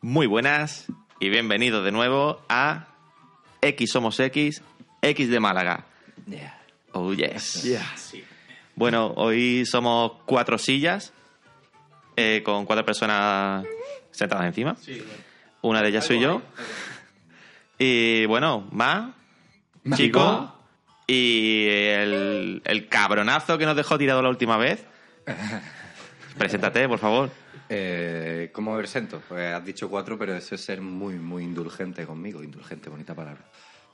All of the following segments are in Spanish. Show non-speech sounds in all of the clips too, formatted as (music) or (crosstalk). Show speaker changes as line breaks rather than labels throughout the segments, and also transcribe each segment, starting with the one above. Muy buenas y bienvenidos de nuevo a X Somos X, X de Málaga. Oh, yes. Bueno, hoy somos cuatro sillas eh, con cuatro personas sentadas encima. Una de ellas soy yo. Y bueno, más, chico y el, el cabronazo que nos dejó tirado la última vez. Preséntate, por favor.
Eh, ¿Cómo me presento? Pues has dicho cuatro, pero eso es ser muy, muy indulgente conmigo. Indulgente, bonita palabra.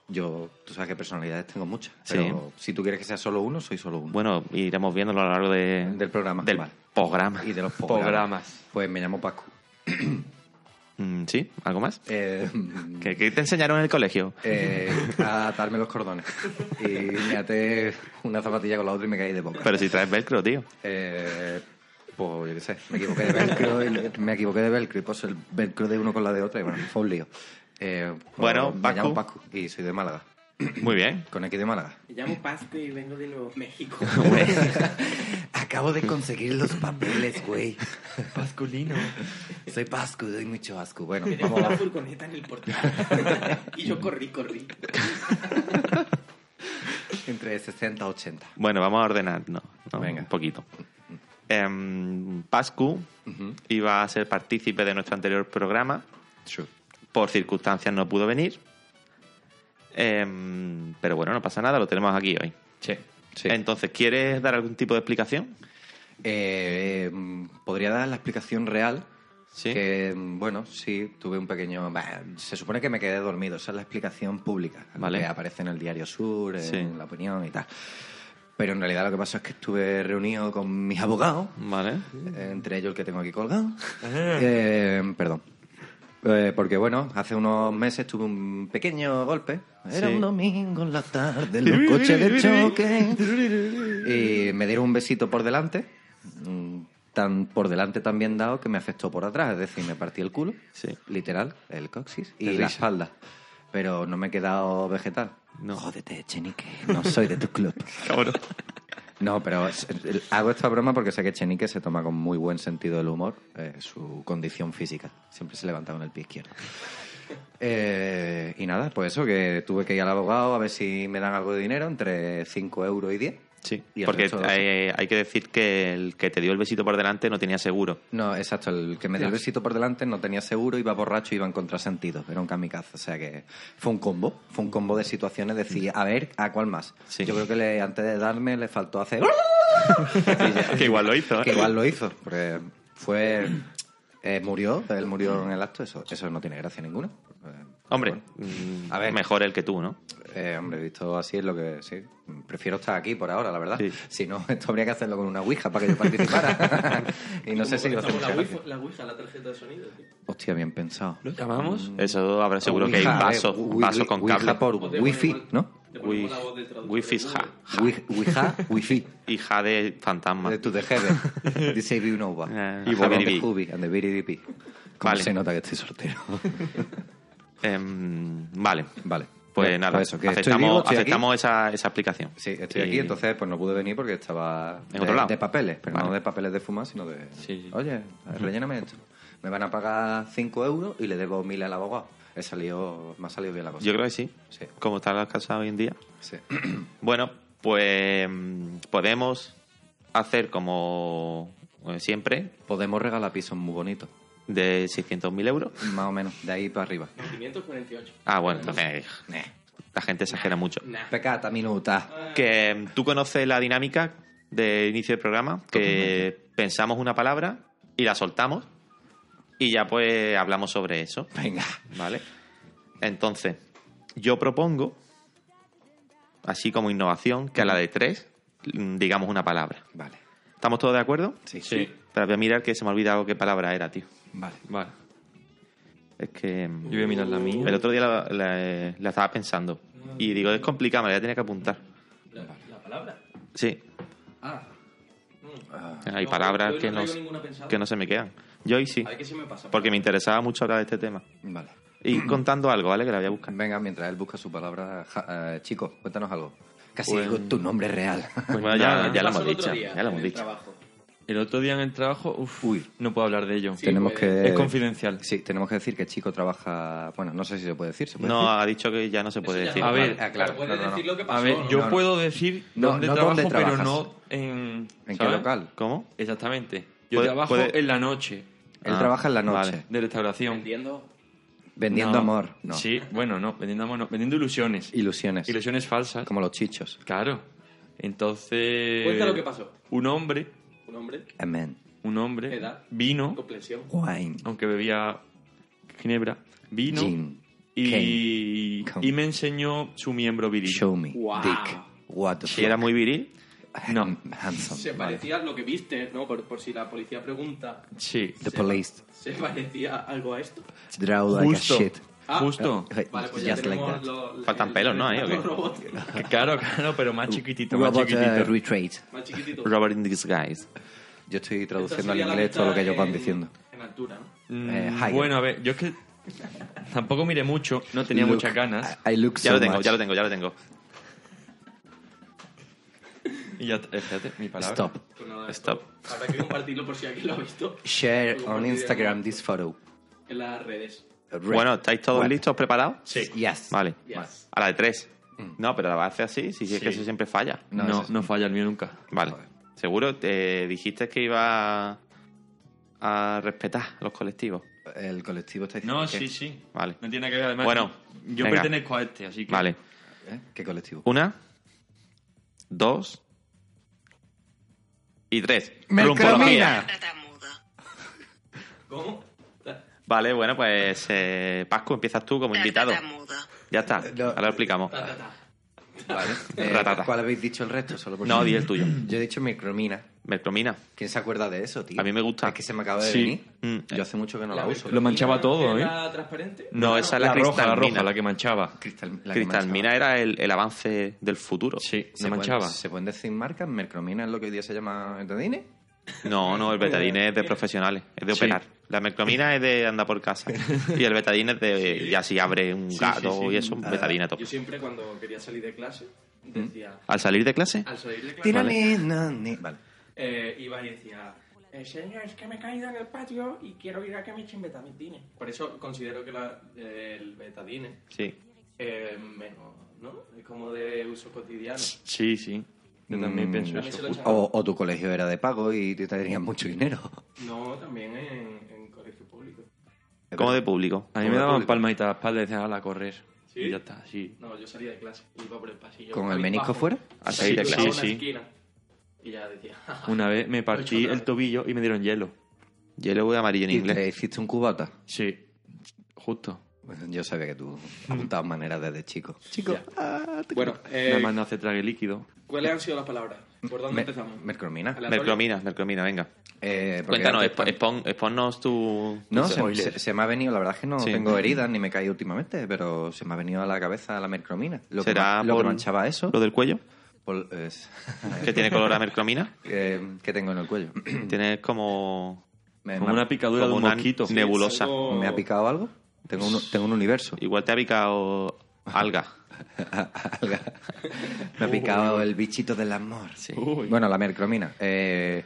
Yo, tú sabes que personalidades tengo muchas.
Sí.
Pero si tú quieres que sea solo uno, soy solo uno.
Bueno, iremos viéndolo a lo largo de-
Del programa,
Del
vale.
programa.
y de los programas.
Programas.
Pues me llamo Paco.
Mm, ¿Sí? ¿Algo más?
Eh,
¿Qué, qué te enseñaron en el colegio?
eh, a atarme los cordones. Y me até una zapatilla con la otra y me caí de boca.
Pero si traes velcro, tío.
Eh, pues yo qué sé, me equivoqué de velcro y me equivoqué de velcro y puse el velcro de uno con la de otra y bueno, fue un lío. Eh, pues
Bueno,
me
Paco.
llamo Paco y soy de Málaga.
Muy bien.
Con X de Málaga.
Me llamo Pascu y vengo de Nuevo México.
(laughs) Acabo de conseguir los papeles,
(laughs)
güey. Pasculino. Soy pascu, doy mucho asco. Bueno,
Me dejó
vamos.
la furgoneta en el portal. (laughs) y yo corrí, corrí.
Entre 60 y 80.
Bueno, vamos a ordenarnos. ¿no?
Venga.
Un poquito. Em, Pascu iba a ser partícipe de nuestro anterior programa.
True.
Por circunstancias no pudo venir. Em, pero bueno, no pasa nada, lo tenemos aquí hoy.
Sí.
Sí.
Entonces, ¿quieres dar algún tipo de explicación?
Eh, eh, Podría dar la explicación real.
Sí.
Que, mm, bueno, sí, tuve un pequeño. bah, se supone que me quedé dormido. Esa es la explicación pública.
Vale.
Que aparece en el Diario Sur, en
Sí.
La Opinión y tal. Pero en realidad lo que pasó es que estuve reunido con mis abogados.
Vale.
entre ellos el que tengo aquí colgado. Eh, perdón. Eh, porque bueno, hace unos meses tuve un pequeño golpe. Era
Sí.
un domingo en la
(laughs)
tarde, en los coches de choque. Y me dieron un besito por delante, mm, tan por delante también dado que me afectó por atrás. Es decir, me partí el culo,
Sí.
literal, el coxis y la espalda. Pero no me he quedado vegetal.
No.
Jódete, Chenique, no soy de tu club.
(laughs) Cabrón.
No, pero es- el- hago esta broma porque sé que Chenique se toma con muy buen sentido del humor eh, su condición física. Siempre se levanta con el pie izquierdo. Eh, y nada, pues eso, que tuve que ir al abogado a ver si me dan algo de dinero, entre 5 euros y 10.
Sí,
Y el
porque
resto-
hay, hay que decir que el que te dio el besito por delante no tenía
(laughs)
seguro.
No, exacto, el que me dio el besito por delante no tenía seguro, iba borracho, iba en contrasentido, era un kamikaze. O sea que fue un combo, fue un combo de situaciones, decía, a ver, ¿a cuál más?
Sí.
Yo creo que le- antes de darme le faltó hacer...
que igual lo hizo, ¿eh?
Que igual lo hizo, porque fue. eh, murió, él murió en el acto, eso, eso no tiene gracia ninguna. Eh,
Hombre,
bueno.
mm,
A ver.
mejor el que tú, ¿no?
Eh, hombre, visto así es lo que. Sí, prefiero estar aquí por ahora, la verdad.
Sí.
Si no, esto habría que hacerlo con una ouija para que
(laughs)
yo participara. y no sé si lo
Como
hacemos.
la Ouija, la Ouija, la tarjeta de sonido. tío.
Hostia, bien pensado.
¿Lo llamamos?
Eso habrá seguro que hay
Ouija,
un vaso,
eh,
un
wi-
vaso con
ouija
cable.
por
O te
wifi,
ponemos-
¿no?
Te ponemos la voz del
Wi-
traductor
Wifi
de
es ja.
Google.
Wi- Ouija, wifi.
Hija de fantasma.
De tu de Heaven. Dice Villanova.
Eh,
Y Bob
Habibi.
de Hubi and the Biridipi. Como
Vale.
se nota que estoy soltero.
Em, vale.
Vale.
Pues
Bien,
nada,
pues eso, que estoy
aceptamos,
vivo, estoy aquí.
aceptamos esa, esa explicación.
Sí, estoy
Y-
aquí, entonces pues no pude venir porque estaba
En
de,
otro lado.
de papeles, pero
Vale.
no de papeles de fumar, sino de...
Sí.
Oye, relléname esto. Me van a pagar 5 euros y le debo 1000 al abogado. He salido, me ha salido bien la cosa.
Yo creo que sí.
Sí.
Como están las casas hoy en día.
Sí. (clears throat)
Bueno, pues mm, podemos hacer como eh, siempre,
Podemos regalar pisos muy bonitos,
de 600.000 euros.
más o menos, de ahí para arriba.
No, 548.
Ah, bueno, entonces eh, la gente exagera mucho.
Nah. Ah,
Pecata minuta.
Que mm, tú conoces la dinámica de inicio del programa, que pensamos una palabra y la soltamos y ya pues hablamos sobre eso,
Venga.
¿vale? Entonces, yo propongo, así como innovación, que a la de tres mm, digamos una palabra.
Vale.
¿Estamos todos de acuerdo?
Sí.
Sí.
Pero voy a mirar que se me ha olvidado qué palabra era, tío.
Vale.
Vale.
Es que... mm,
Yo voy a mirar la mía.
El otro día la, eh, la- la estaba pensando. Y digo, es complicado, me la voy a tener que apuntar.
La, la palabra.
Sí,
Ah.
hay
No,
palabras
yo
que
no
no,
traigo ninguna pensada.
que no se me quedan. Yo hoy sí,
A ver qué se me pasa.
porque me interesaba mucho hablar de este tema.
Vale.
Y contando algo, ¿vale? Que la voy a buscar.
Venga, mientras él busca su palabra, ja- eh, chico, Pues cuéntanos algo. Casi digo tu nombre real.
Bueno, ya,
Pues nada.
ya la
Pasó
hemos
el otro
dicho.
día
Ya la
en
hemos
el
dicho.
trabajo.
El otro día en el trabajo, uf,
Uy.
no puedo hablar de ello.
Sí, pues,
tenemos
puede.
que...
Es confidencial.
Sí, tenemos que decir que Chico trabaja... Bueno, no sé si se puede decir. ¿se puede
No,
decir?
ha dicho que ya no se puede
Eso
decir.
ya-
A ver,
ah, claro,
puedes
no, no, no.
decir lo que pasó.
A ver,
¿no?
yo
No, no.
puedo decir
No,
dónde
no
trabajo,
dónde
pero
trabajas.
no en...
¿En qué
¿sabes?
local?
¿Cómo?
Exactamente. Yo
Puede-
trabajo
puede-
en la noche
Él
Ah,
trabaja en la noche,
vale.
de restauración.
Entiendo.
vendiendo
No.
amor. No.
Sí, bueno, no, vendiendo amor, no, vendiendo ilusiones.
Ilusiones.
Ilusiones falsas.
Como los chichos.
Claro.
Eh,
Entonces.
Cuenta lo que pasó.
Un hombre,
Un hombre,
Amén.
un hombre,
Edad.
vino,
complexión.
Wine.
aunque bebía ginebra, vino
Gin.
y,
Cane.
y me enseñó su miembro viril.
Show me.
Wow.
Dick. What the
Si era muy viril.
fuck?
No.
Handsome.
Se
Vale.
parecía a lo que viste, ¿no? Por, por si la policía pregunta.
Sí.
The
se-
police.
¿Se parecía algo a esto?
Draw like a
Justo.
shit.
Ah.
Justo.
Vale, pues ya
Just like
tenemos
that.
lo-
Faltan
el-
pelos, ¿no?
el
Ahí, ¿o qué?
robot. (laughs)
Claro, claro, pero más chiquitito, más
eh,
Robot,
chiquitito.
uh, retrade.
Más chiquitito.
Robert in disguise.
Yo estoy
Esta
traduciendo al
sería la
inglés todo lo que
mitad
ellos van
en-
diciendo.
En altura, ¿no?
Mm,
Eh, higher.
bueno, a ver, yo es que tampoco miré mucho, no tenía
Look,
muchas ganas.
I, I look
Ya
so
lo tengo,
much.
ya lo tengo, ya lo tengo.
Y ya, espérate, mi palabra.
Stop.
Pues nada,
Stop.
esto Habrá que compartirlo por si alguien lo ha visto.
Share
Lo
on
compartiré
Instagram this photo.
En las redes.
Red.
Bueno, ¿estáis todos
Bueno.
listos, preparados?
Yes.
Vale.
Yes.
A la de tres. No, pero la hace así, si es que
Mm. Sí. Mm.
eso siempre falla.
No,
No, no,
ese es-
falla el mío nunca.
Vale.
Joder.
Seguro te dijiste que iba a respetar los colectivos.
El colectivo está diciendo
No,
que-
sí, sí.
Vale.
No tiene que ver, además.
Bueno,
yo
venga.
pertenezco a este, así que.
Vale.
¿Eh? ¿Qué colectivo?
Una, dos y tres. Rumpología.
Mercromina.
¿Cómo?
Vale, bueno, pues eh, Pascu, empiezas tú como invitado. Ya está,
No.
ahora lo explicamos.
Ta, ta, ta.
Vale. Eh,
Ratata.
¿Cuál habéis dicho el resto? Solo por
No, di el tuyo.
Yo he dicho micromina.
Mercromina.
¿Quién se acuerda de eso, tío?
A mí me gusta.
Es que se me acaba de
Sí.
venir.
Mm.
Yo hace mucho que no la,
La
uso.
velcro.
Lo manchaba todo, ¿eh?
¿Era transparente?
No, esa es la,
roja, la
cristalmina.
roja, la que manchaba.
Cristal, la que
Cristalmina era el, el avance del futuro.
Sí,
manchaba.
no
¿Se
manchaba.
Pueden, ¿Se pueden decir marcas? Mercromina es lo que hoy día se llama ¿entendine?
No, no, el betadine es de profesionales, es de
Sí.
operar. La mercromina es de andar por casa. Y el betadine es de. Ya si abre un gato
sí, sí.
y eso, un betadine a tope.
Yo siempre cuando quería salir de clase, decía...
Al salir de clase,
Al salir de clase,
Mm. Tírame, no, ni- Vale.
eh, iba y decía... eh, señor, es que me he caído en el patio y quiero ir a que me echen betadine. Por eso considero que la- eh, el betadine
sí.
eh, menos, ¿no? Es como de uso cotidiano.
Sí, sí. Yo también
Mm.
pienso
A mí se
eso.
lo
justo.
echaban.
O, o tu colegio era de pago y te darían mucho dinero.
No, también en, en colegio público.
Como de público.
A mí me daban palmaditas a la espalda y decían, "Hala, a correr.
¿Sí?
Y ya está, sí.
No, yo salía de clase, iba por el pasillo.
¿Con el
cabizbajo,
menisco fuera?
Al salir de
iba a
clase.
una
sí.
esquina, y ya decía, (laughs) "Ja, ja".
Una vez me partí
otra
el
vez.
tobillo y me dieron hielo.
Yo le voy a amarillo en
¿Y
inglés.
te hiciste un cubata?
Sí. Justo.
Bueno, Yo sabía que tú apuntabas maneras desde chico. Chico.
Bueno,
Nada
eh,
más no hace trague líquido.
¿cuáles han sido las palabras? ¿Por dónde
Me-
empezamos?
Mercromina.
Aleatorio.
Mercromina, mercromina, venga.
Eh, porque
Cuéntanos,
antes
expo- expon-
tam-
exponnos tu.
No,
tu
se,
spoiler.
se- se me ha venido, la verdad es que no
Sí.
tengo heridas ni me caí últimamente, pero se me ha venido a la cabeza la mercromina. Lo
¿Será
que, ma- lo
por
que manchaba eso,
¿Lo del cuello?
por- es- (laughs)
¿Que tiene color a
(clears throat)
mercromina?
eh, que tengo en el cuello.
Tienes como.
Me,
Como
me-
una picadura de
Eh, como
un
una
mosquito.
ne- nebulosa.
Algo-
¿me ha picado algo? Tengo un, tengo un universo.
Igual te ha picado alga.
Me ha picado el bichito del amor.
Uy.
Bueno, la mercromina. Eh,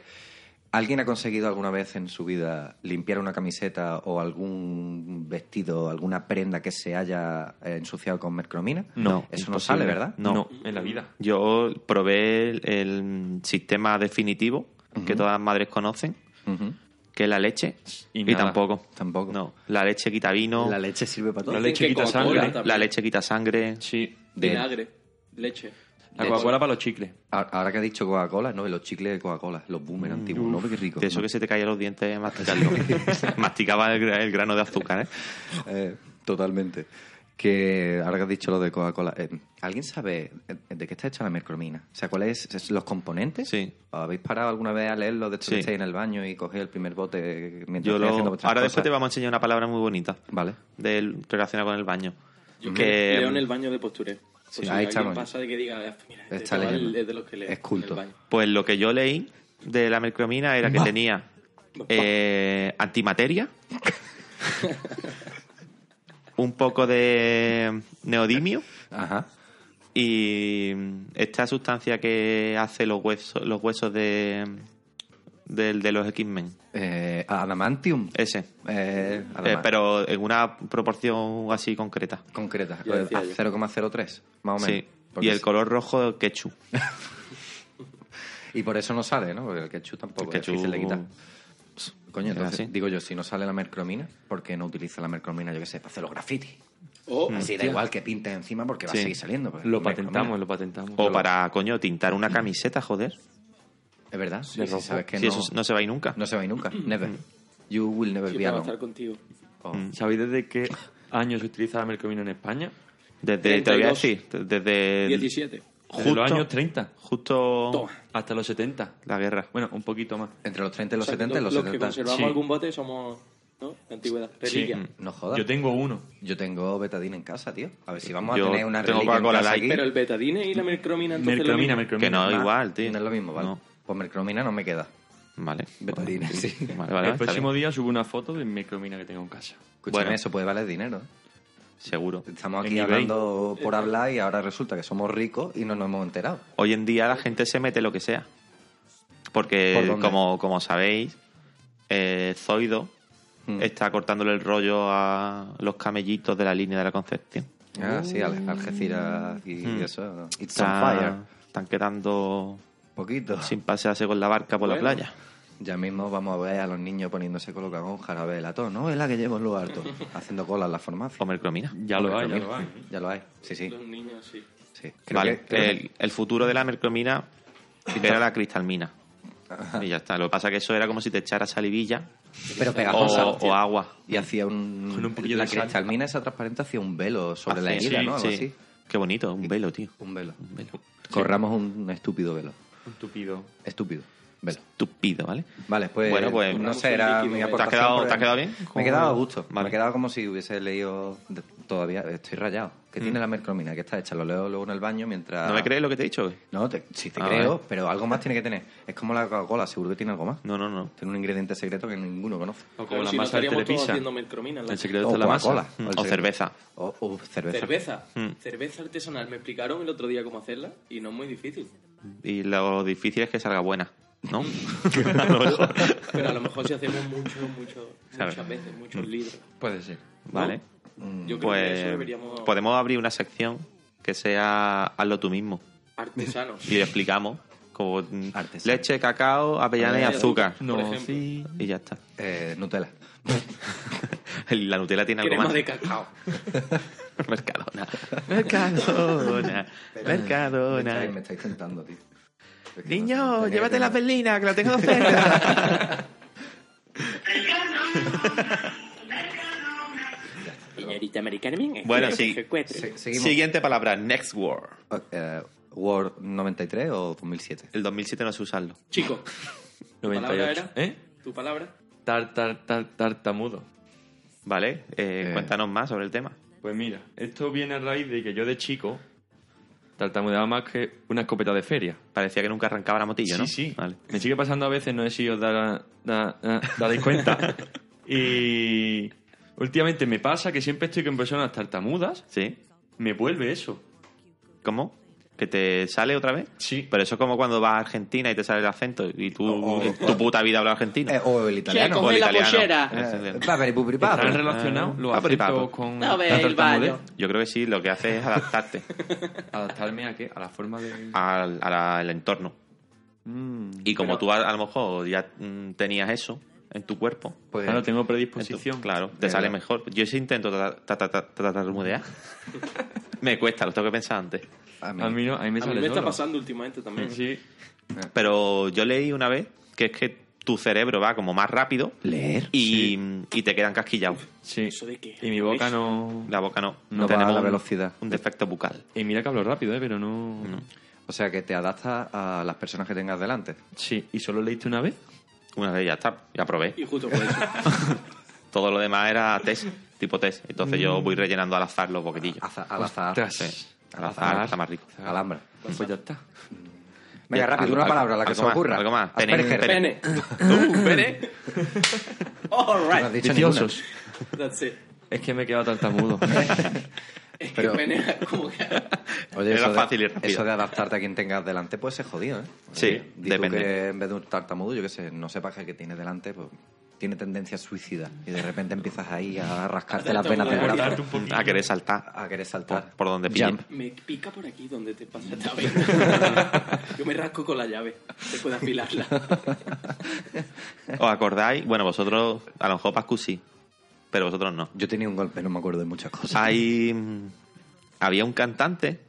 ¿Alguien ha conseguido alguna vez en su vida limpiar una camiseta o algún vestido, alguna prenda que se haya eh, ensuciado con mercromina?
No,
Eso
imposible.
no sale, ¿verdad?
No.
No. en la vida.
Yo probé el, el sistema definitivo que todas las madres conocen,
Ujú.
que es la leche.
Y
Y,
nada.
tampoco.
Tampoco.
No. La leche quita vino.
La
La,
leche sirve para todo.
La
Dicen
leche
que
quita
Coca-Cola
sangre,
también.
leche quita sangre.
Sí.
De-
Vinagre, leche.
La Coca-Cola para los chicles.
Ahora ahora que ha dicho Coca-Cola, no, los chicles de Coca-Cola, los boomer antiguos, ¿no? Qué rico.
Mm. De eso
¿no?
que se te caían los dientes masticando. (laughs) Masticaba el, gra- el grano de azúcar, ¿eh?
Eh, totalmente. Que ahora que has dicho lo de Coca-Cola, eh, ¿alguien sabe eh, de qué está hecha la mercromina? O sea, ¿cuáles son los componentes?
Sí.
¿Habéis parado alguna vez a leerlo de esto
Sí.
que estáis en el baño y cogéis el primer bote mientras
Yo
estáis
lo-
haciendo
Ahora
vuestras
después te
cosas?
vamos a enseñar una palabra muy bonita
Vale.
del, relacionada con el baño.
Yo
que,
leo en el baño de posture. Por
Mm. Sí,
si
ahí
alguien
estamos.
pasa de que diga, mira, este
Está
chaval
leyendo.
es de los que leo
Es culto. Mm.
en el baño.
Pues lo que yo leí de la mercromina era que tenía eh,
(laughs)
antimateria, un poco de neodimio
Ajá.
y esta sustancia que hace los huesos, los huesos de del de los X-Men.
Eh, Adamantium.
Ese.
Eh,
Eh,
adama-
pero en una proporción así concreta.
Concreta.
Ya decía
Ah,
yo.
0,03, más o menos.
Sí.
Porque
Y el
sí.
color rojo quechu.
Y por eso no sale, ¿no? Porque el ketchup tampoco
El
es difícil de
ketchup-
quitar. Coño,
Es
entonces,
así.
digo yo, si no sale la mercromina, ¿por qué no utiliza la mercromina, yo qué sé, para hacer los grafitis?
O
Así da igual que pinte encima porque va
Sí.
a seguir saliendo.
Pues,
porque
Lo
mercromina.
patentamos, lo patentamos.
O para, coño, tintar una camiseta, joder.
Es verdad, sí, sí,
rojo.
sabes Mm. que
Si
no,
eso no Mm. se va a ir nunca.
no se va a ir nunca. Never. You will never be
siempre va a estar
alone.
contigo.
Oh.
Mm.
¿Sabéis desde qué año se utiliza la mercomina en España?
Desde, te lo voy a
32.
decir, desde el-
17.
Desde los
Justo.
años 30
justo
Toma.
hasta los 70.
la guerra.
Bueno, un poquito más.
Entre los 30 y
O
los
sea,
70 y los
los que
70.
conservamos
Sí.
algún bote somos, ¿no? De antigüedad. Reliquia.
Sí.
No jodas.
Yo tengo uno.
Yo tengo betadine en casa, tío. A ver si vamos
Yo
a tener una
tengo
reliquia en
Coca-Cola
casa
Light.
aquí.
Pero el betadine y la mercromina entonces lo
Mercromina,
mismo.
Que
mercromina.
no,
Ah,
igual, tío.
No es lo mismo, ¿vale?
No.
Pues mercromina no me queda.
Vale.
Betadine, sí.
(laughs) Vale, vale,
el
está
próximo
bien.
día subo una foto de mercromina que tengo en casa.
Escúchame,
Bueno.
eso puede valer dinero. ¿eh?
Seguro.
Estamos
En
aquí
eBay.
hablando por hablar y ahora resulta que somos ricos y no nos hemos enterado.
Hoy en día la gente se mete lo que sea.
¿Por
Porque,
dónde?
como, como sabéis, eh, Zoido
Hmm.
está cortándole el rollo a los camellitos de la línea de la Concepción.
Ah, sí, Al- Algeciras y
Mm.
eso. It's
Está-
on fire.
Están quedando
Poquito.
sin pasearse con la barca por la
Bueno.
playa.
Ya mismo vamos a ver a los niños poniéndose colocagón, jarabe de latón, ¿no? Es la que llevo en
(laughs)
lo alto, haciendo cola en la farmacia.
O mercromina.
Ya lo hay, ya
Mercromina.
lo hay.
Ya lo hay, sí, sí.
Los niños, sí.
sí. Creo
Vale, eh,
que- creo que-
el, el futuro de la mercromina era la cristalmina. Y ya está. Lo que pasa es que eso era como si te echara salivilla
Pero
o,
pegajosa.
o agua.
Y hacía un...
Con un poquillo
la
de sal.
cristalmina esa transparente hacía un velo sobre la
Así,
herida,
sí,
¿no? Algo
sí.
así.
Qué bonito, un velo, tío.
Un velo.
Un velo.
Corramos un estúpido velo.
Un tupido.
Estúpido. Velo.
Tupido, ¿vale?
Bueno, pues,
Bueno, pues,
no
vamos
sé, era
con el
¿Te
mi
líquido.
has
aportación.
quedado,
por
¿te has
el-
quedado bien?
Me he
¿Cómo-
quedado a gusto. Me
Vale.
he quedado como si hubiese leído de- todavía. Estoy rayado. ¿Qué tiene la mercromina? Que está hecha. Lo leo luego en el baño mientras.
Mm. ¿No me crees lo que te he dicho? güey?
No, te- sí te
Ah,
creo,
vale.
pero algo más tiene que tener. Es como la Coca-Cola, seguro que tiene algo más.
No, no, no.
Tiene un ingrediente secreto que ninguno conoce.
O como
Claro,
la
si no
masa del
estaríamos todos
telepisa.
haciendo mercromina. ¿no?
El secreto
O
de la masa.
Coca-Cola.
Mm,
O
O
el-
cerveza.
O, o cerveza.
Cerveza.
Mm.
Cerveza artesanal. Me explicaron el otro día cómo hacerla y no es muy difícil.
Y lo difícil es que salga buena,
(laughs)
¿no? A lo mejor.
Pero a lo mejor si hacemos mucho, mucho,
Claro.
muchas veces, muchos litros.
Puede ser.
Vale.
Yo creo que eso
Pues
deberíamos...
podemos abrir una sección que sea hazlo tú mismo. (laughs)
Artesanos.
Y le explicamos como mm,
Artesano.
leche, cacao, avellana y
Avellana.
azúcar.
Por
No,
ejemplo.
sí.
Y ya está.
Eh, Nutella.
La Nutella tiene algo
Crema
más.
de cacao. (laughs)
Mercadona. Mercadona.
Me estáis, me
Mercadona.
estáis tentando, tío. Es que no sé,
Niño,
tenía
llévate
que-
la berlina, que la tengo cerca.
Señorita americana, bien.
Bueno,
espero que
sí.
se encuentre.
Se- (laughs) seguimos.
Siguiente palabra, next word.
Eh, Word 93 o 2007.
El 2007 no sé usarlo.
Chico, ¿Tu palabra
98.
era?
¿Eh?
tu palabra.
Tar, tar, tar, tartamudo.
¿Vale? Eh,
Eh.
Cuéntanos más sobre el tema.
Pues mira, esto viene a raíz de que yo de chico tartamudeaba más que una escopeta de feria.
Parecía que nunca arrancaba la motillo,
Sí,
¿no?
sí.
Vale.
Me sigue pasando a veces, no sé si os da- da- da- daréis
(laughs)
cuenta. y últimamente me pasa que siempre estoy con personas tartamudas,
¿Sí?
me vuelve eso.
¿Cómo? ¿Que te sale otra vez?
Sí.
Pero eso es como cuando vas a Argentina y te sale el acento y tú,
O- o-
tu puta vida habla argentino.
Eh, o el italiano.
O el
coge la
italiano.
pollera.
Eh,
Eh, paperi puperi paperi.
¿Están relacionados los
Ah, pero y
acentos
papo.
con
No ve
la
el
tartamudez?
baño.
Yo creo que sí, lo que hace es adaptarte
¿Adaptarme a qué? A la forma de...
al, a la- al entorno.
Mm.
Y como
Pero-
tú a, a lo mejor ya mm, tenías eso en tu cuerpo,
Pues,
Claro, Ah, tengo
entonces,
predisposición.
claro, te
Ya,
sale
ya.
mejor. Yo si intento tra- tra- tra- tra-
(laughs)
tartamudear, me cuesta, lo tengo que pensar antes.
a mí-
A mí no, a mí me
A
sale
mí me está
solo.
pasando últimamente también.
Sí.
Pero yo leí una vez que es que tu cerebro va como más rápido
Leer.
y, y te quedan casquillados.
Sí.
¿Eso de qué?
Y mi boca no...
La boca no.
No va a la velocidad.
Un defecto bucal.
Y mira que hablo rápido, ¿eh? Pero no...
O sea, que te adaptas a las personas que tengas delante.
Sí. ¿Y solo leíste una vez?
Una vez ya está, ya probé.
Y justo por eso.
Todo lo demás era test, tipo test. Entonces yo
Mm.
voy rellenando al azar los boquetillos.
Aza- al azar.
Ostras.
Sí, al azar, está más rico.
Alhambra.
Ah, Pues ya está.
Venga,
Ya,
rápido,
algo-
una
algo-
palabra, la que
algo
se
más,
ocurra.
algo más. Pene,
Asperger.
pene.
Pene. Uh, pene. All
Tú no has
right.
dicho
Viciosos.
That's it.
(laughs) Pues Es que me he quedado tartamudo.
Es
Pero-
que pene como que...
Oye,
Era
eso de-
fácil y rápido.
Eso de adaptarte a quien tengas delante puede ser jodido, ¿eh?
Sí,
Di tú
depende.
que en vez de un tartamudo, yo que sé, no sepas el que tiene delante, pues tiene tendencia suicida. Y de repente empiezas ahí a rascarte las venas del
Guardarte
brazo,
un poquito.
A querer saltar.
a querer
Por,
saltar.
por donde pillan.
Jump.
Me pica por aquí donde te pasa
(laughs)
la llave. Yo me rasco con la llave. Se puede afilarla.
¿Os acordáis? Bueno, vosotros, a lo mejor Pascu sí, pero vosotros no.
Yo tenía un golpe, no me acuerdo de muchas cosas.
Hay, mm, había un cantante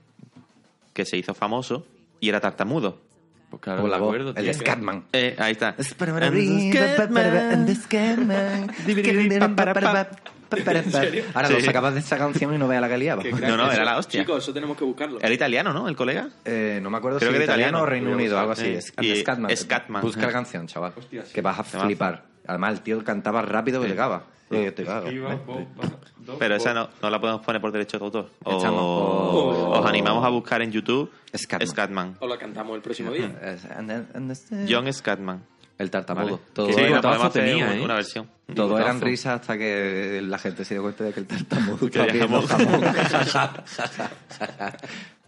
que se hizo famoso y era tartamudo.
Pues claro,
Por la
me
voz,
acuerdo,
el
tío.
de Scatman.
Eh, ahí está.
Ahora nos
Sí.
acabas de esa canción y no veas la que liaba.
Qué crack.
No, no, era
Eso-
la hostia.
Chicos, eso tenemos que buscarlo.
Era italiano, ¿no? El colega.
Eh, no me acuerdo
Creo
si
que era
italiano
italiano.
o Reino
Voy a
Unido,
buscar.
algo así.
Eh,
Es-
y-
Scatman.
Scatman.
Busca la
Ajá.
canción, chaval.
Hostia, sí.
Que vas a
Temazo.
flipar. Además, el tío cantaba rápido que llegaba. Y yo te cago.
Esquiva,
¿eh?
bo- ba- do-
Pero esa
bo-
no, no la podemos poner por derecho de autor. O-
Echamos. Oh.
Os animamos a buscar en YouTube
Scatman.
Scatman.
O la cantamos el próximo día.
(laughs) Es- and- and- and-
John Scatman.
El tartamudo.
Vale.
Todo,
Qué
Sí, la
era-
guapo.
podemos
Gustazo
hacer
tenía,
un-
¿eh?
una versión.
todo
gustazo.
eran risas hasta que la gente se dio cuenta de que el tartamudo
(laughs) Que era
estaba pidiendo
jamón.
jamón. Ja,
(laughs)
ja, ja, ja.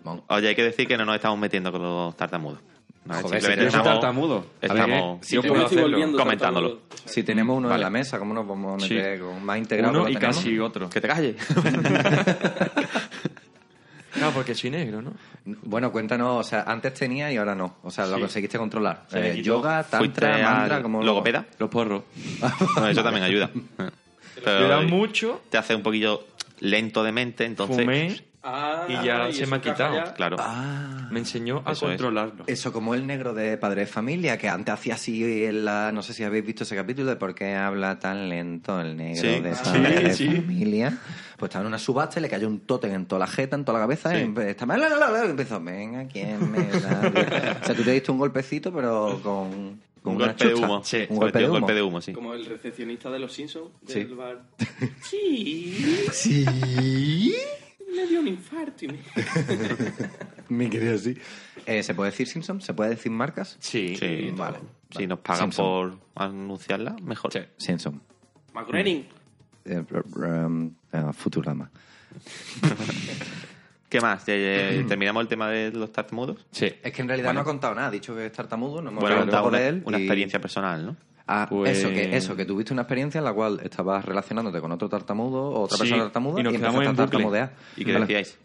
Mon.
Oye, hay que decir que no nos estamos metiendo con los tartamudos. No,
Joder,
simplemente
si
Yo soy
estamos-
tartamudo.
estamos-
A ver,
sí, (laughs)
yo
sí,
puedo
sí,
hacerlo.
volviendo. comentándolo.
Si tenemos uno en
Vale.
la mesa, ¿cómo nos vamos a
Sí.
meter con más integrado?
Uno
que
y
lo tenemos?
casi otro.
Que te calles.
No, porque soy negro, ¿no?
Bueno, cuéntanos, o sea, antes tenía y ahora no. O sea, lo
Sí.
conseguiste controlar.
Se me
Eh,
quitó.
yoga,
Fuiste
tantra, mantra,
al
como
logopeda.
Los porros.
No, eso también ayuda.
Yo era
Pero
mucho,
te hace un poquillo lento de mente, entonces...
fumé,
Ah,
Y ya se
eso
me ha
encaja
quitado.
ya.
Claro.
Ah,
me enseñó a
Eso es.
controlarlo.
Eso como el negro de Padre de Familia, que antes hacía así en la... No sé si habéis visto ese capítulo de por qué habla tan lento el negro
Sí. Ah,
de
Sí,
Padre de
sí.
Familia. Pues estaba en una subasta y le cayó un tótem en toda la jeta, en toda la cabeza, y empe- estaba... la, la, la, la, y empezó, venga, ¿quién me da? o sea, tú te diste un golpecito, pero con... con
Un
una
golpe de
chucha.
humo. Sí,
un golpe de humo.
Un golpe de humo, sí.
Como el recepcionista de los Simpsons del
(laughs)
Sí.
bar. Sí,
Sí.
me dio un infarto.
(laughs)
y me-
Me quedé así. Eh, ¿Se puede decir Simpson? ¿Se puede decir marcas?
Sí.
Sí,
Vale.
Si nos pagan
Simpson.
por anunciarla, mejor.
Sí.
Simpson.
Mac Groening.
Eh, r- r- um, eh, Futurama.
¿Qué más?
(clears throat)
Eh, eh, ¿Terminamos el tema de los tartamudos?
Sí.
Es que en realidad no ha contado nada. Ha dicho que es tartamudo, no hemos
Bueno,
preguntado
una,
de él.
una
y-
experiencia personal, ¿no?
Ah,
Pues-
eso, que, eso, que tuviste una experiencia en la cual estabas relacionándote con otro tartamudo o otra
Sí,
persona tartamuda
y nos
empezaste
quedamos en
a
bucle.
tartamudear.
¿Y qué
Vale.
decíais?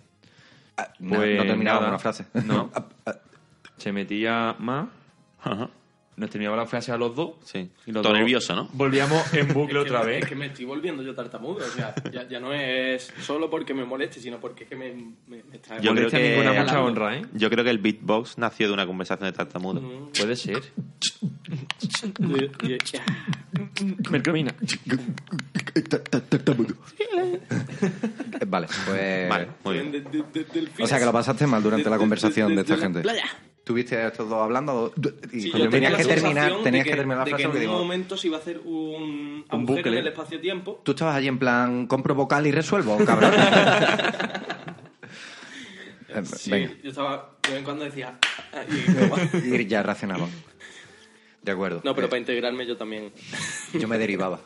Ah, no,
Pues
no terminaba
nada.
una frase.
(laughs) No. Se metía más,
Ajá.
nos terminaba la frase a los dos.
Sí.
y los
Todo
dos
nervioso, ¿no?
Volvíamos
(laughs)
en bucle otra
Es que- Es
vez.
que me estoy volviendo yo tartamudo. O sea, ya, ya no es solo porque me moleste, sino porque es que me, me, me está-
Yo creo
Molestia
que-
ninguna mucha honra, ¿eh?
Yo creo que el beatbox nació de una conversación de tartamudo.
Puede ser.
Y- y- y-
Mercamina.
Eh, (laughs) Vale,
Mm.
pues...
Vale, muy bien.
de- de- de- delfines.
O sea, que lo pasaste mal durante
De-
la
de-
conversación de,
de-
esta
la
gente.
playa.
Tuviste a estos dos hablando y
Sí,
cuando tenías
yo tenía
que
la
terminar,
sensación
tenías
de
que, terminar la frase
de que
porque
en
digo,
un momento se iba a hacer un, agujero
bucle.
en el espacio-tiempo.
tú estabas allí en plan compro vocal y resuelvo, cabrón. (laughs) Eh,
(laughs) Sí,
Venga,
yo estaba de vez en cuando decía... "Ah", y como-
y ya racionaba. De acuerdo.
no, pero
Eh,
para integrarme yo también.
yo me derivaba.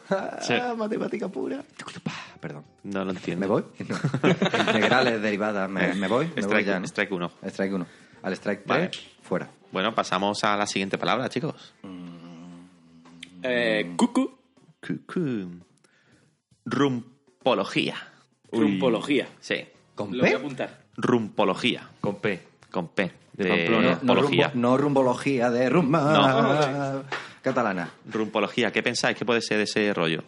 (laughs)
Sí.
Ah, Matemática pura. Perdón.
No lo entiendo.
¿Me voy? (laughs) No. Integrales, derivadas, me, me voy. Me voy
Strike-
ya, ¿no?
strike uno.
Strike 1. Al strike 3,
Vale.
fuera.
Bueno, pasamos a la siguiente palabra, chicos.
Mm.
Eh, cucu,
Cucú. Rumpología.
trumpología.
Sí.
¿Con
Lo voy a
P?
apuntar.
Rumpología.
Con P.
Con P. eh, De,
Pamplona.
No, Eh, rumbo,
pología.
no rumbología de rumba
No.
catalana.
Rumpología. ¿Qué pensáis? ¿Qué puede ser de ese rollo?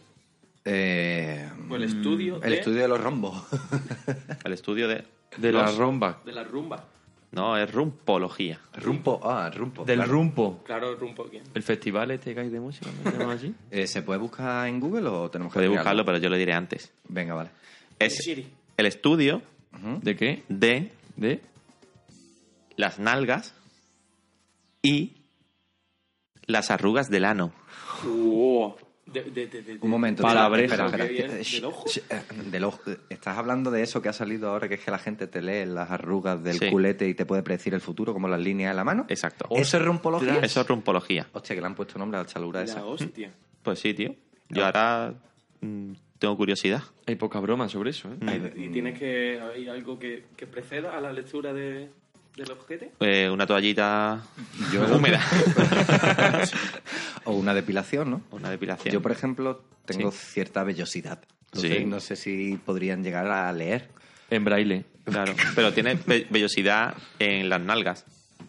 Eh,
O el estudio,
el
de,
estudio de los (laughs) rombos.
El estudio de...
De
los-
la romba.
de la rumba.
No, es rumpología.
rumpo, ah, rumpo.
Del
claro.
rumpo.
Claro, rumbo ¿quién?
El festival este que hay de música, ¿no? ¿Se llama así?
Eh, ¿Se puede buscar en Google o tenemos que
Podéis
crearlo?
buscarlo, pero yo lo diré antes.
Venga, vale.
Es
Siri.
el estudio
(laughs) ¿De qué?
de
¿De?
las nalgas y las arrugas del ano.
Wow. De, de, de, de-
Un momento.
Palabrejo.
espera, espera,
Que
espera.
viene
Shh,
del ojo.
shh, eh, del ojo. Estás hablando de eso que ha salido ahora, que es que la gente te lee las arrugas del
Sí.
culete y te puede predecir el futuro, como las líneas de la mano.
Exacto.
¿Eso es rumpología?
Eso es rumpología.
Hostia, que le han puesto nombre a la chalura
La
esa.
hostia.
Pues sí, tío. Yo ahora mm, Tengo curiosidad.
Hay poca broma sobre eso, ¿eh?
Mm.
¿Y tienes que. ¿Hay algo que, que preceda a la lectura de, del objeto?
Eh, una toallita húmeda.
(laughs) O una depilación, ¿no?
una depilación.
Yo, por ejemplo, tengo cierta vellosidad. Entonces,
Sí.
No sé si podrían llegar a leer.
En braille.
Claro, pero tiene ve- vellosidad en las nalgas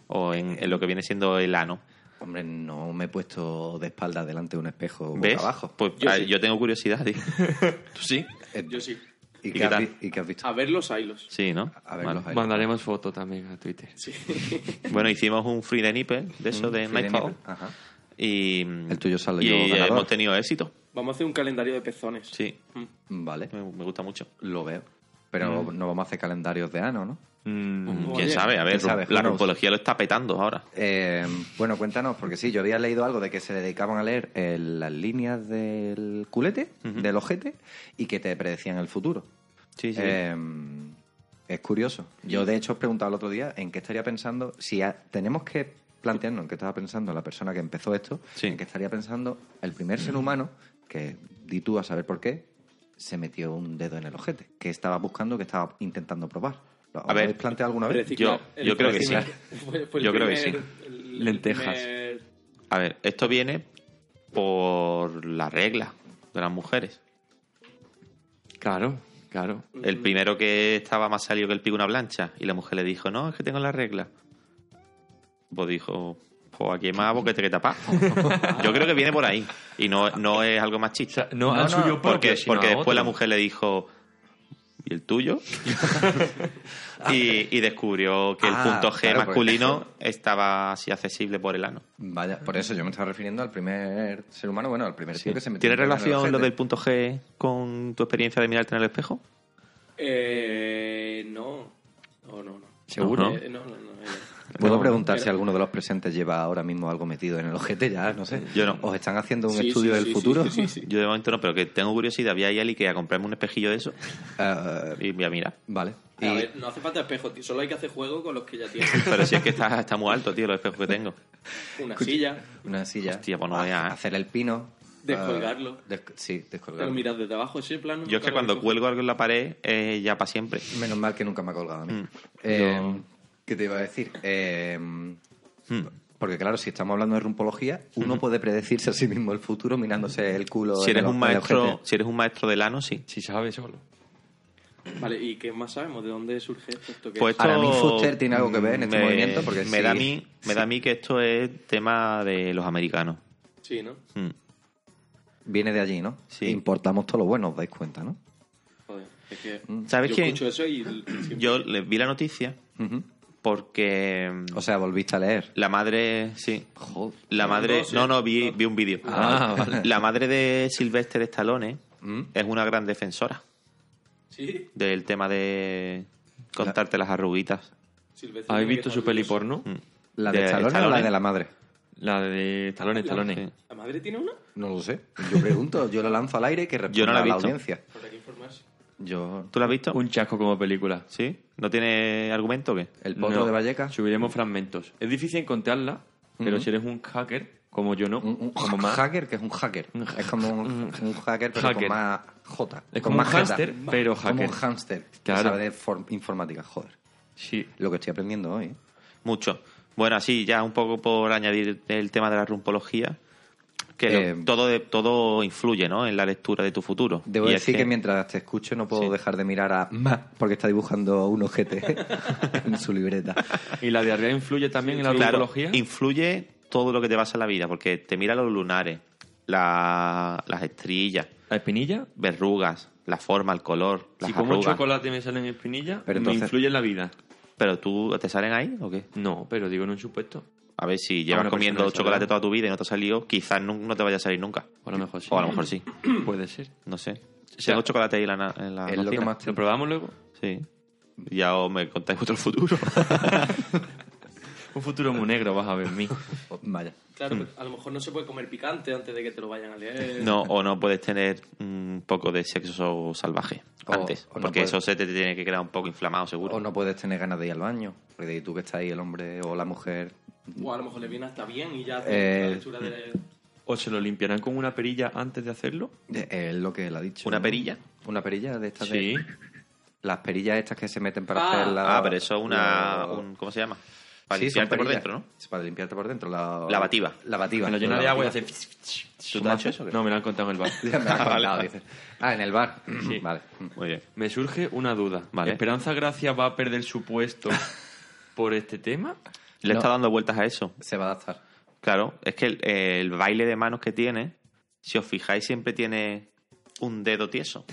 o en, en lo que viene siendo el ano.
Hombre, no me he puesto de espalda delante de un espejo boca
¿Ves?
abajo.
Pues ah,
Yo
yo,
sí.
tengo curiosidad,
(laughs)
tío. ¿Tú sí?
Eh,
Yo sí.
Pues, qué
¿Y, qué has,
tal? Ah,
vi- y qué has visto?
A ver los hilos.
Sí, ¿no?
A ver,
Vale.
los hay.
Mandaremos foto también a Twitter.
Sí.
Bueno, hicimos un free de nipple de eso de
Mm, Free de
Nightfall.
nivel. Ajá.
Y,
El tuyo salió
y
ganador.
hemos tenido éxito.
Vamos a hacer un calendario de pezones.
Sí,
Mm.
Vale,
me, me gusta mucho.
lo veo. Pero no vamos a hacer calendarios de ano, ¿no?
Mm,
¿Quién
Oye,
sabe? A ver,
¿quién sabe?
la
Who knows?
rumpología lo está petando ahora.
Eh, bueno, cuéntanos, porque sí, yo había leído algo de que se dedicaban a leer eh, las líneas del culete, del ojete, y que te predecían el futuro.
Sí,
Eh, es curioso. Yo, de hecho, os preguntaba el otro día en qué estaría pensando, si a- tenemos que plantearnos en qué estaba pensando la persona que empezó esto,
Sí.
en qué estaría pensando el primer ser humano, que di tú a saber por qué, se metió un dedo en el ojete, que estaba buscando, que estaba intentando probar. ¿Lo
A ver,
habéis planteado alguna vez?
Reciclar.
yo- yo creo que sí.
(laughs) fue- fue el
Yo creo que
primer- el
Lentejas.
primer-
A ver, esto viene por la regla de las mujeres.
Claro, claro.
El primero que estaba más salido que el pico una plancha. Y la mujer le dijo, no, es que tengo la regla. Pues dijo, pues aquí hay más boquete que (laughs) tapar. Yo creo que viene por ahí. Y no, no es algo machista.
No,
No,
al
no,
suyo propio,
porque,
sino
porque
a
después la
otro.
mujer le dijo, ¿y el (laughs) tuyo? y, y descubrió que el
Ah,
punto G
claro, porque-
masculino estaba así accesible por el ano.
Vaya, por eso yo me estaba refiriendo al primer ser humano, bueno, al primer tío que se metió.
¿Tiene
un dedo en el
relación lo
ojete.
del punto G con tu experiencia de mirarte en el espejo?
Eh, no. No, no, no.
¿Seguro?
Eh, no, no, no. eh,
Puedo
No,
preguntar
pero-
si alguno de los presentes lleva ahora mismo algo metido en el ojete, ya, no sé.
Yo no.
¿Os están haciendo un
Sí,
estudio
sí,
del
sí,
futuro?
sí, sí,
(laughs)
sí.
Yo de momento no, pero que tengo curiosidad. Voy a ir al Ikea a comprarme un espejillo de eso
(laughs) Eh,
y voy a mirar.
vale.
A
Y-
ver, no hace falta espejo, tío. Solo hay que hacer juego con los que ya
(laughs)
tienes.
Pero si es que está, está muy alto, tío, los espejos que tengo.
Una silla.
Una silla.
Hostia, pues no
Ha-
veas, ¿eh?
Hacer el pino.
Descolgarlo.
Ah, des- sí,
Pero
descolgarlo.
mirad desde abajo, ese plano.
Yo es que cuando cuelgo algo en la pared eh, ya para siempre.
Menos mal que nunca me ha colgado a mí.
Mm.
Eh,
Yo-
¿Qué te iba a decir? Eh,
Mm.
Porque claro, si estamos hablando de rumpología, uno puede predecirse a sí mismo el futuro mirándose el culo.
Si
en
eres
el-
un
en el
maestro,
ojete.
si eres un maestro del ano, sí.
Si sabe solo.
Vale, ¿y qué más sabemos? ¿De dónde surge esto? ¿Qué-
Pues esto
Para mí Fuster tiene algo que ver en este
me-
movimiento, porque
me
sí.
da a mí, me da a mí que esto es tema de los americanos.
Ah, Sí, ¿no?
Mm.
Viene de allí, ¿no?
Sí.
Importamos todo lo bueno, os dais cuenta, ¿no?
Joder, es que
¿Sabes
yo
quién?
escucho eso y...
(clears throat) Yo les vi la noticia
Ujú.
porque mm,
O sea, volviste a leer.
la madre, sí,
Joder.
la madre,
sí.
no, no, vi, vi un vídeo.
Ah, vale.
La madre de Sylvester Stallone
Mm.
es una gran defensora.
Sí,
del tema de contarte las arruguitas.
Silvestre.
¿Habéis
tiene
visto
que
su
estar
peli
orgulloso.
porno?
Mm.
¿La de,
De
Stallone o la
Stallone.
de la madre?
La de talones, talones.
Sí.
¿La madre tiene una?
No lo sé. Yo pregunto, (laughs) yo lo lanzo al aire que responda
Yo no la he
a la
visto.
audiencia.
Habrá que informarse.
Yo.
¿Tú lo has visto?
Un chasco como película.
¿Sí? ¿No tiene argumento o qué?
El potro
No.
de Valleca.
Subiremos fragmentos. Es difícil encontrarla, pero si eres un hacker, como yo no,
Un, un
como
ha-
más.
hacker, que es un hacker.
Un
Es como un, un hacker, pero
Hacker.
con más J. con
Es como
más
un
jeta.
hámster, pero
Como
hacker.
un hámster. que
Claro.
sabe de for- informática, joder.
Sí.
Lo que estoy aprendiendo hoy. ¿eh?
Mucho. Bueno, así ya un poco por añadir el tema de la rumpología, que
Eh,
todo, de- todo influye ¿no? en la lectura de tu futuro.
Debo
Y es
decir que... mientras te escucho no puedo
Sí.
dejar de mirar a Ma, porque está dibujando un ojete (laughs) en su libreta.
¿Y la diarrea influye también en la
claro,
biología?
influye todo lo que te pasa en la vida, porque te mira los lunares, la- las estrías,
¿La espinilla?
verrugas, la forma, el color, las
si como
arrugas.
chocolate me salen espinilla,
Pero
¿me
entonces-
influye en la vida?
¿Pero tú te salen ahí o qué?
No, pero digo en un (clears throat) supuesto.
A ver, si llevas
una persona
comiendo
desarrollada.
chocolate toda tu vida y no te ha salido, quizás nu- no, te vaya a salir nunca.
O a lo mejor sí.
O a lo mejor sí.
Puede ser.
No sé.
sea,
Tengo chocolate ahí en la, na- en la
es lo que
cocina.
más
¿Lo probamos luego?
Sí. Ya os me contáis vuestro
(laughs)
futuro.
Un futuro muy negro vas a ver
(laughs)
en mí.
Oh, Vaya.
Claro, pero a lo mejor no se puede comer picante antes de que te lo vayan a leer.
Mm. no, o no puedes tener un poco de sexo salvaje
O-
antes.
o no
porque
puedes.
eso se te tiene que quedar un poco inflamado, seguro.
O no puedes tener ganas de ir al baño. Porque de tú que está ahí, el hombre o la mujer.
O a lo mejor le viene hasta bien y ya
mm.
Eh,
hace la lectura de...
o se lo limpiarán con una perilla antes de hacerlo.
Eh, Es lo que él ha dicho.
¿Una
¿no?
perilla?
Una perilla de estas
Sí.
de... Las perillas estas que se meten para
Ah.
hacer la...
Ah, pero eso es una...
la-
un- ¿Cómo se llama? Para
Sí, son
limpiarte por
perillas.
dentro, ¿no?
Es para limpiarte por dentro. La,
Lavativa.
La bativa.
Me lo llena de agua y hace... ¿Tú
te has hecho eso o qué?
No, me lo han contado
(laughs)
en el bar.
(laughs) Ah, vale.
Ah, en el bar.
Sí.
(clears throat) Vale.
Muy bien.
Me surge una duda.
Vale.
¿Esperanza Gracia va a perder su puesto por este tema?
Le
No.
está dando vueltas a eso.
Se va a adaptar.
Claro, es que el, el baile de manos que tiene, si os fijáis, siempre tiene un dedo tieso.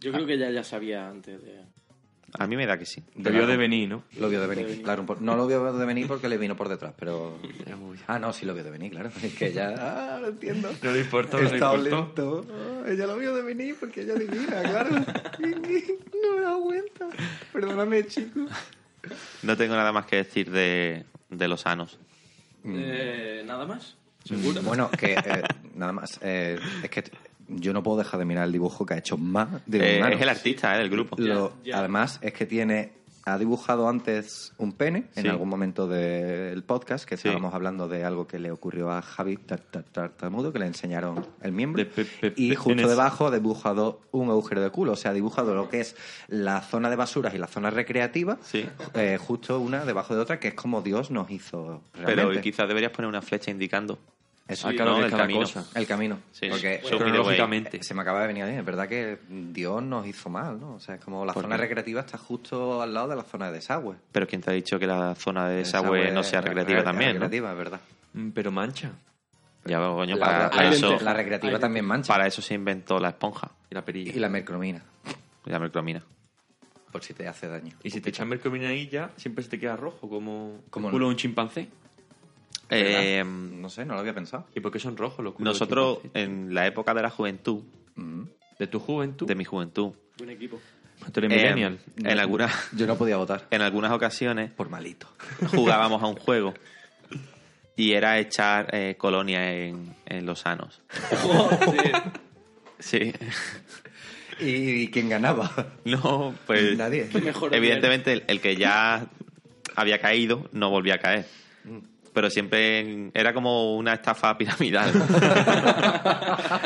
Yo creo que ya ya sabía antes de...
A mí me da que sí.
Debió de venir, ¿no?
Lo vio de
venir.
venir. Claro, un po- no lo vio de venir porque le vino por detrás, pero...
(laughs)
Ah, no, sí lo vio de venir, claro. (laughs) Es que ya... Ah, lo entiendo.
(laughs)
No le importó, no le
Está
importó.
lento. Oh, ella lo vio de venir porque ella
(laughs)
adivina, claro. no me he dado cuenta. Perdóname, chico.
No tengo nada más que decir de, de los anos. Mm.
Eh, ¿Nada más? ¿Seguro?
Bueno, que eh, nada más. eh, es que t- yo no puedo dejar de mirar el dibujo que ha hecho más de
Eh,
un ano.
es el artista eh, del grupo.
Lo-
Ya, ya.
Además, es que tiene. Ha dibujado antes un pene en
Sí.
algún momento del podcast, que
Sí.
estábamos hablando de algo que le ocurrió a Javi Tar- Tar- Tartamudo, que le enseñaron el miembro.
De pe- pe-
y
pe-
justo
penes.
debajo ha dibujado un agujero de culo. O sea, ha dibujado lo que es la zona de basuras y la zona recreativa,
Sí.
eh, justo una debajo de otra, que es como Dios nos hizo realmente.
Pero quizás deberías poner una flecha indicando.
Eso,
Ah,
el
claro,
No,
que
el
cada
camino.
cosa.
el camino.
Sí,
Porque
sí. Show me the way.
Cronológicamente.
eh, se me acaba de venir a mí. Es verdad que Dios nos hizo mal, ¿no? O sea, es como la
¿Por
zona
qué?
recreativa está justo al lado de la zona de desagüe.
Pero quién te ha dicho que la zona de desagüe
Desagüe-
no sea
re-
recreativa
re-
también, ¿no?
recreativa, es verdad.
Mm, Pero mancha.
Ya, coño,
La-
para,
la,
para
hay
eso,
lentejas.
la recreativa
Hay
también mancha.
para eso se inventó la esponja,
Y la perilla.
Y la mercromina,
la mercromina.
por si te hace daño.
Y si te echan mercomina ahí ya, siempre se te queda rojo, como
¿Cómo
el culo
no?
de un chimpancé.
Eh,
No sé, no lo había pensado.
¿Y por qué son rojos los culos de
nosotros,
chimpancé?
en la época de la juventud,
Mm.
¿De tu juventud?
de mi juventud,
Buen equipo.
(laughs)
Tú eres
eh,
millennial.
en, algunas,
(laughs) Yo no podía votar.
en algunas ocasiones
Por
(laughs)
malito.
jugábamos a un juego y era echar eh, colonia en, en los sanos. Sí.
¿Y, quién ganaba?
No, pues. (laughs)
(laughs) Nadie.
Qué mejor
Evidentemente, el, el que ya había caído no volvía a caer.
Mm.
Pero siempre en- era como una estafa
(laughs)
piramidal.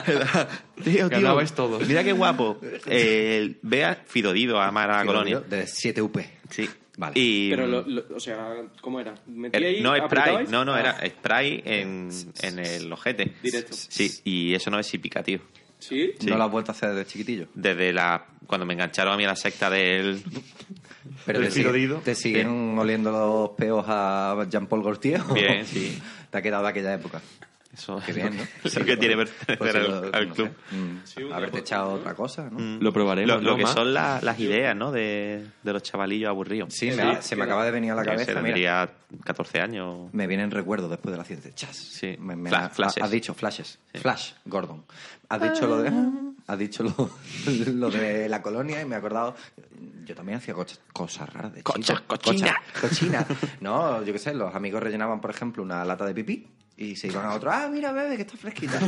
Era, tío, tío,
Ganabais todos".
Pues mira qué guapo. Eh, vea Fidodido a amar a la colonia.
De 7UP.
Sí.
Vale.
Y-
Pero, lo- lo- o sea, ¿cómo era? ¿Metí
el-
ahí?
mm. Eh, no, spray.
apretabais?
No, no,
Ah,
era spray en, en el ojete.
Directo.
Sí, y eso no es hípica, tío.
¿Sí?
Sí.
No lo has vuelto a hacer desde chiquitillo.
Desde la cuando me engancharon a mí a la secta del...
Pero
El
te, sigue-
Firodido.
te siguen oliendo los peos a Jean-Paul Gaultier. ¿o? (laughs)
Bien, sí.
Te ha quedado de aquella época.
(laughs) Eso
Qué bien, ¿no?
Sí que tiene
Pues-
pertenecer
pues
al,
sí, lo-
al
no
club.
sé. Mm. Haberte echado otra cosa, ¿no?
Mm.
Lo probaremos,
Lo, lo
¿no,
que
Ma?
son la- las ideas, ¿no? De, de los chavalillos aburridos.
Sí, me-
edad?
se
¿Qué
me acaba de venir a la
Que se
cabeza. mira.
tendría 14 años.
me vienen recuerdos después del accidente. Chas.
Sí.
Me- me-
Fla-
ha-
flashes.
Has dicho flashes. Flash, Gordon. Has dicho lo de. Has dicho lo, (laughs) lo de la colonia y me he acordado. Yo también hacía coch- cosas raras de
Cochas,
chico.
cochina.
Cochas, cochina. No, yo qué sé, los amigos rellenaban, por ejemplo, una lata de pipí y se iban a otro. Ah, mira, bebé, que está fresquita.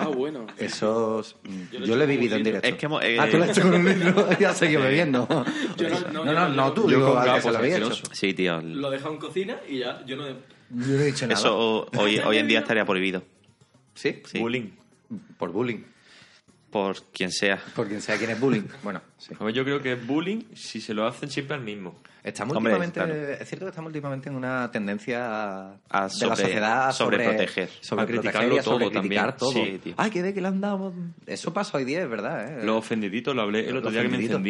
Ah, bueno.
Esos. Yo,
Yo lo he
lo he
hecho con un
vivido en
vidrio.
directo.
Es que hemos- eh,
ah, tú lo has hecho con un vidrio y has seguido bebiendo.
Yo no-
no,
no, yo
no,
no, yo
no,
no.
tú,
Yo
digo,
con
al que
capos,
se lo había
asqueroso.
hecho.
Sí, tío.
Lo deja en cocina y ya, yo no...
Yo no he dicho nada.
Eso o- hoy, hoy
(laughs)
en día estaría prohibido.
¿Sí?
Sí.
Bullying.
Por bullying.
Por quien sea.
Por quien sea quien es bullying. (laughs) Bueno, sí.
A ver, yo creo que es bullying si se lo hacen siempre al mismo.
Estamos
Hombre,
últimamente,
claro.
es cierto que estamos últimamente en una
A
tendencia de la
sobre-
sociedad a sobre,
sobreproteger.
sobre
A criticarlo
proteger y a
todo
sobrecriticar todo.
también. Sí,
tío.
Ay, qué de que le han dado. Eso pasa hoy día, es verdad. ¿eh?
Los ofendiditos, lo hablé el
Los
otro día que me
ofendiditos.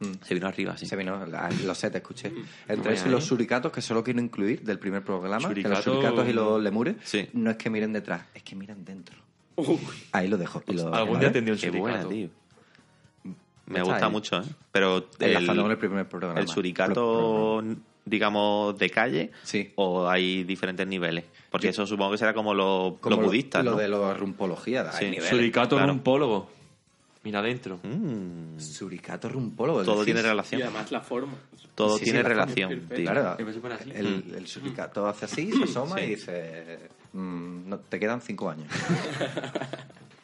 encendí.
Mm.
Se vino arriba, sí.
Se vino, la- lo sé, te escuché. Entre
Vaya,
eso y los
¿eh?
suricatos, que solo quiero incluir del primer programa, que los
Suricato-
suricatos y los lemures,
Sí.
no es que miren detrás, es que miran dentro.
Uy,
Ahí lo dejo. y
Pues
lo-
Algún
¿vale?
día tendré un
Qué buena,
suricato.
tío. Me
Mm, Está
gusta
ahí.
mucho, ¿eh? Pero
Enlazando con el primer programa.
el suricato,
Pro-
digamos, de calle,
Sí.
o hay diferentes niveles. Porque
Yo-
eso supongo que será como los,
como
los
lo-
budistas,
Lo
¿no?
de la rumpología. hay
Sí,
niveles.
Suricato
claro.
rumpólogo. Mira adentro.
Mm,
Suricato rumpólogo. es
todo
decir,
tiene
y
relación.
además la forma.
Todo
Sí, sí,
tiene
la-
relación,
perfecto.
tío.
Claro,
Que se pone así.
el, el suricato hace así, se asoma
Sí.
y dice: mm, no, Te quedan cinco años.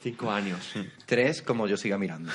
Cinco años.
Tres, como yo siga mirando.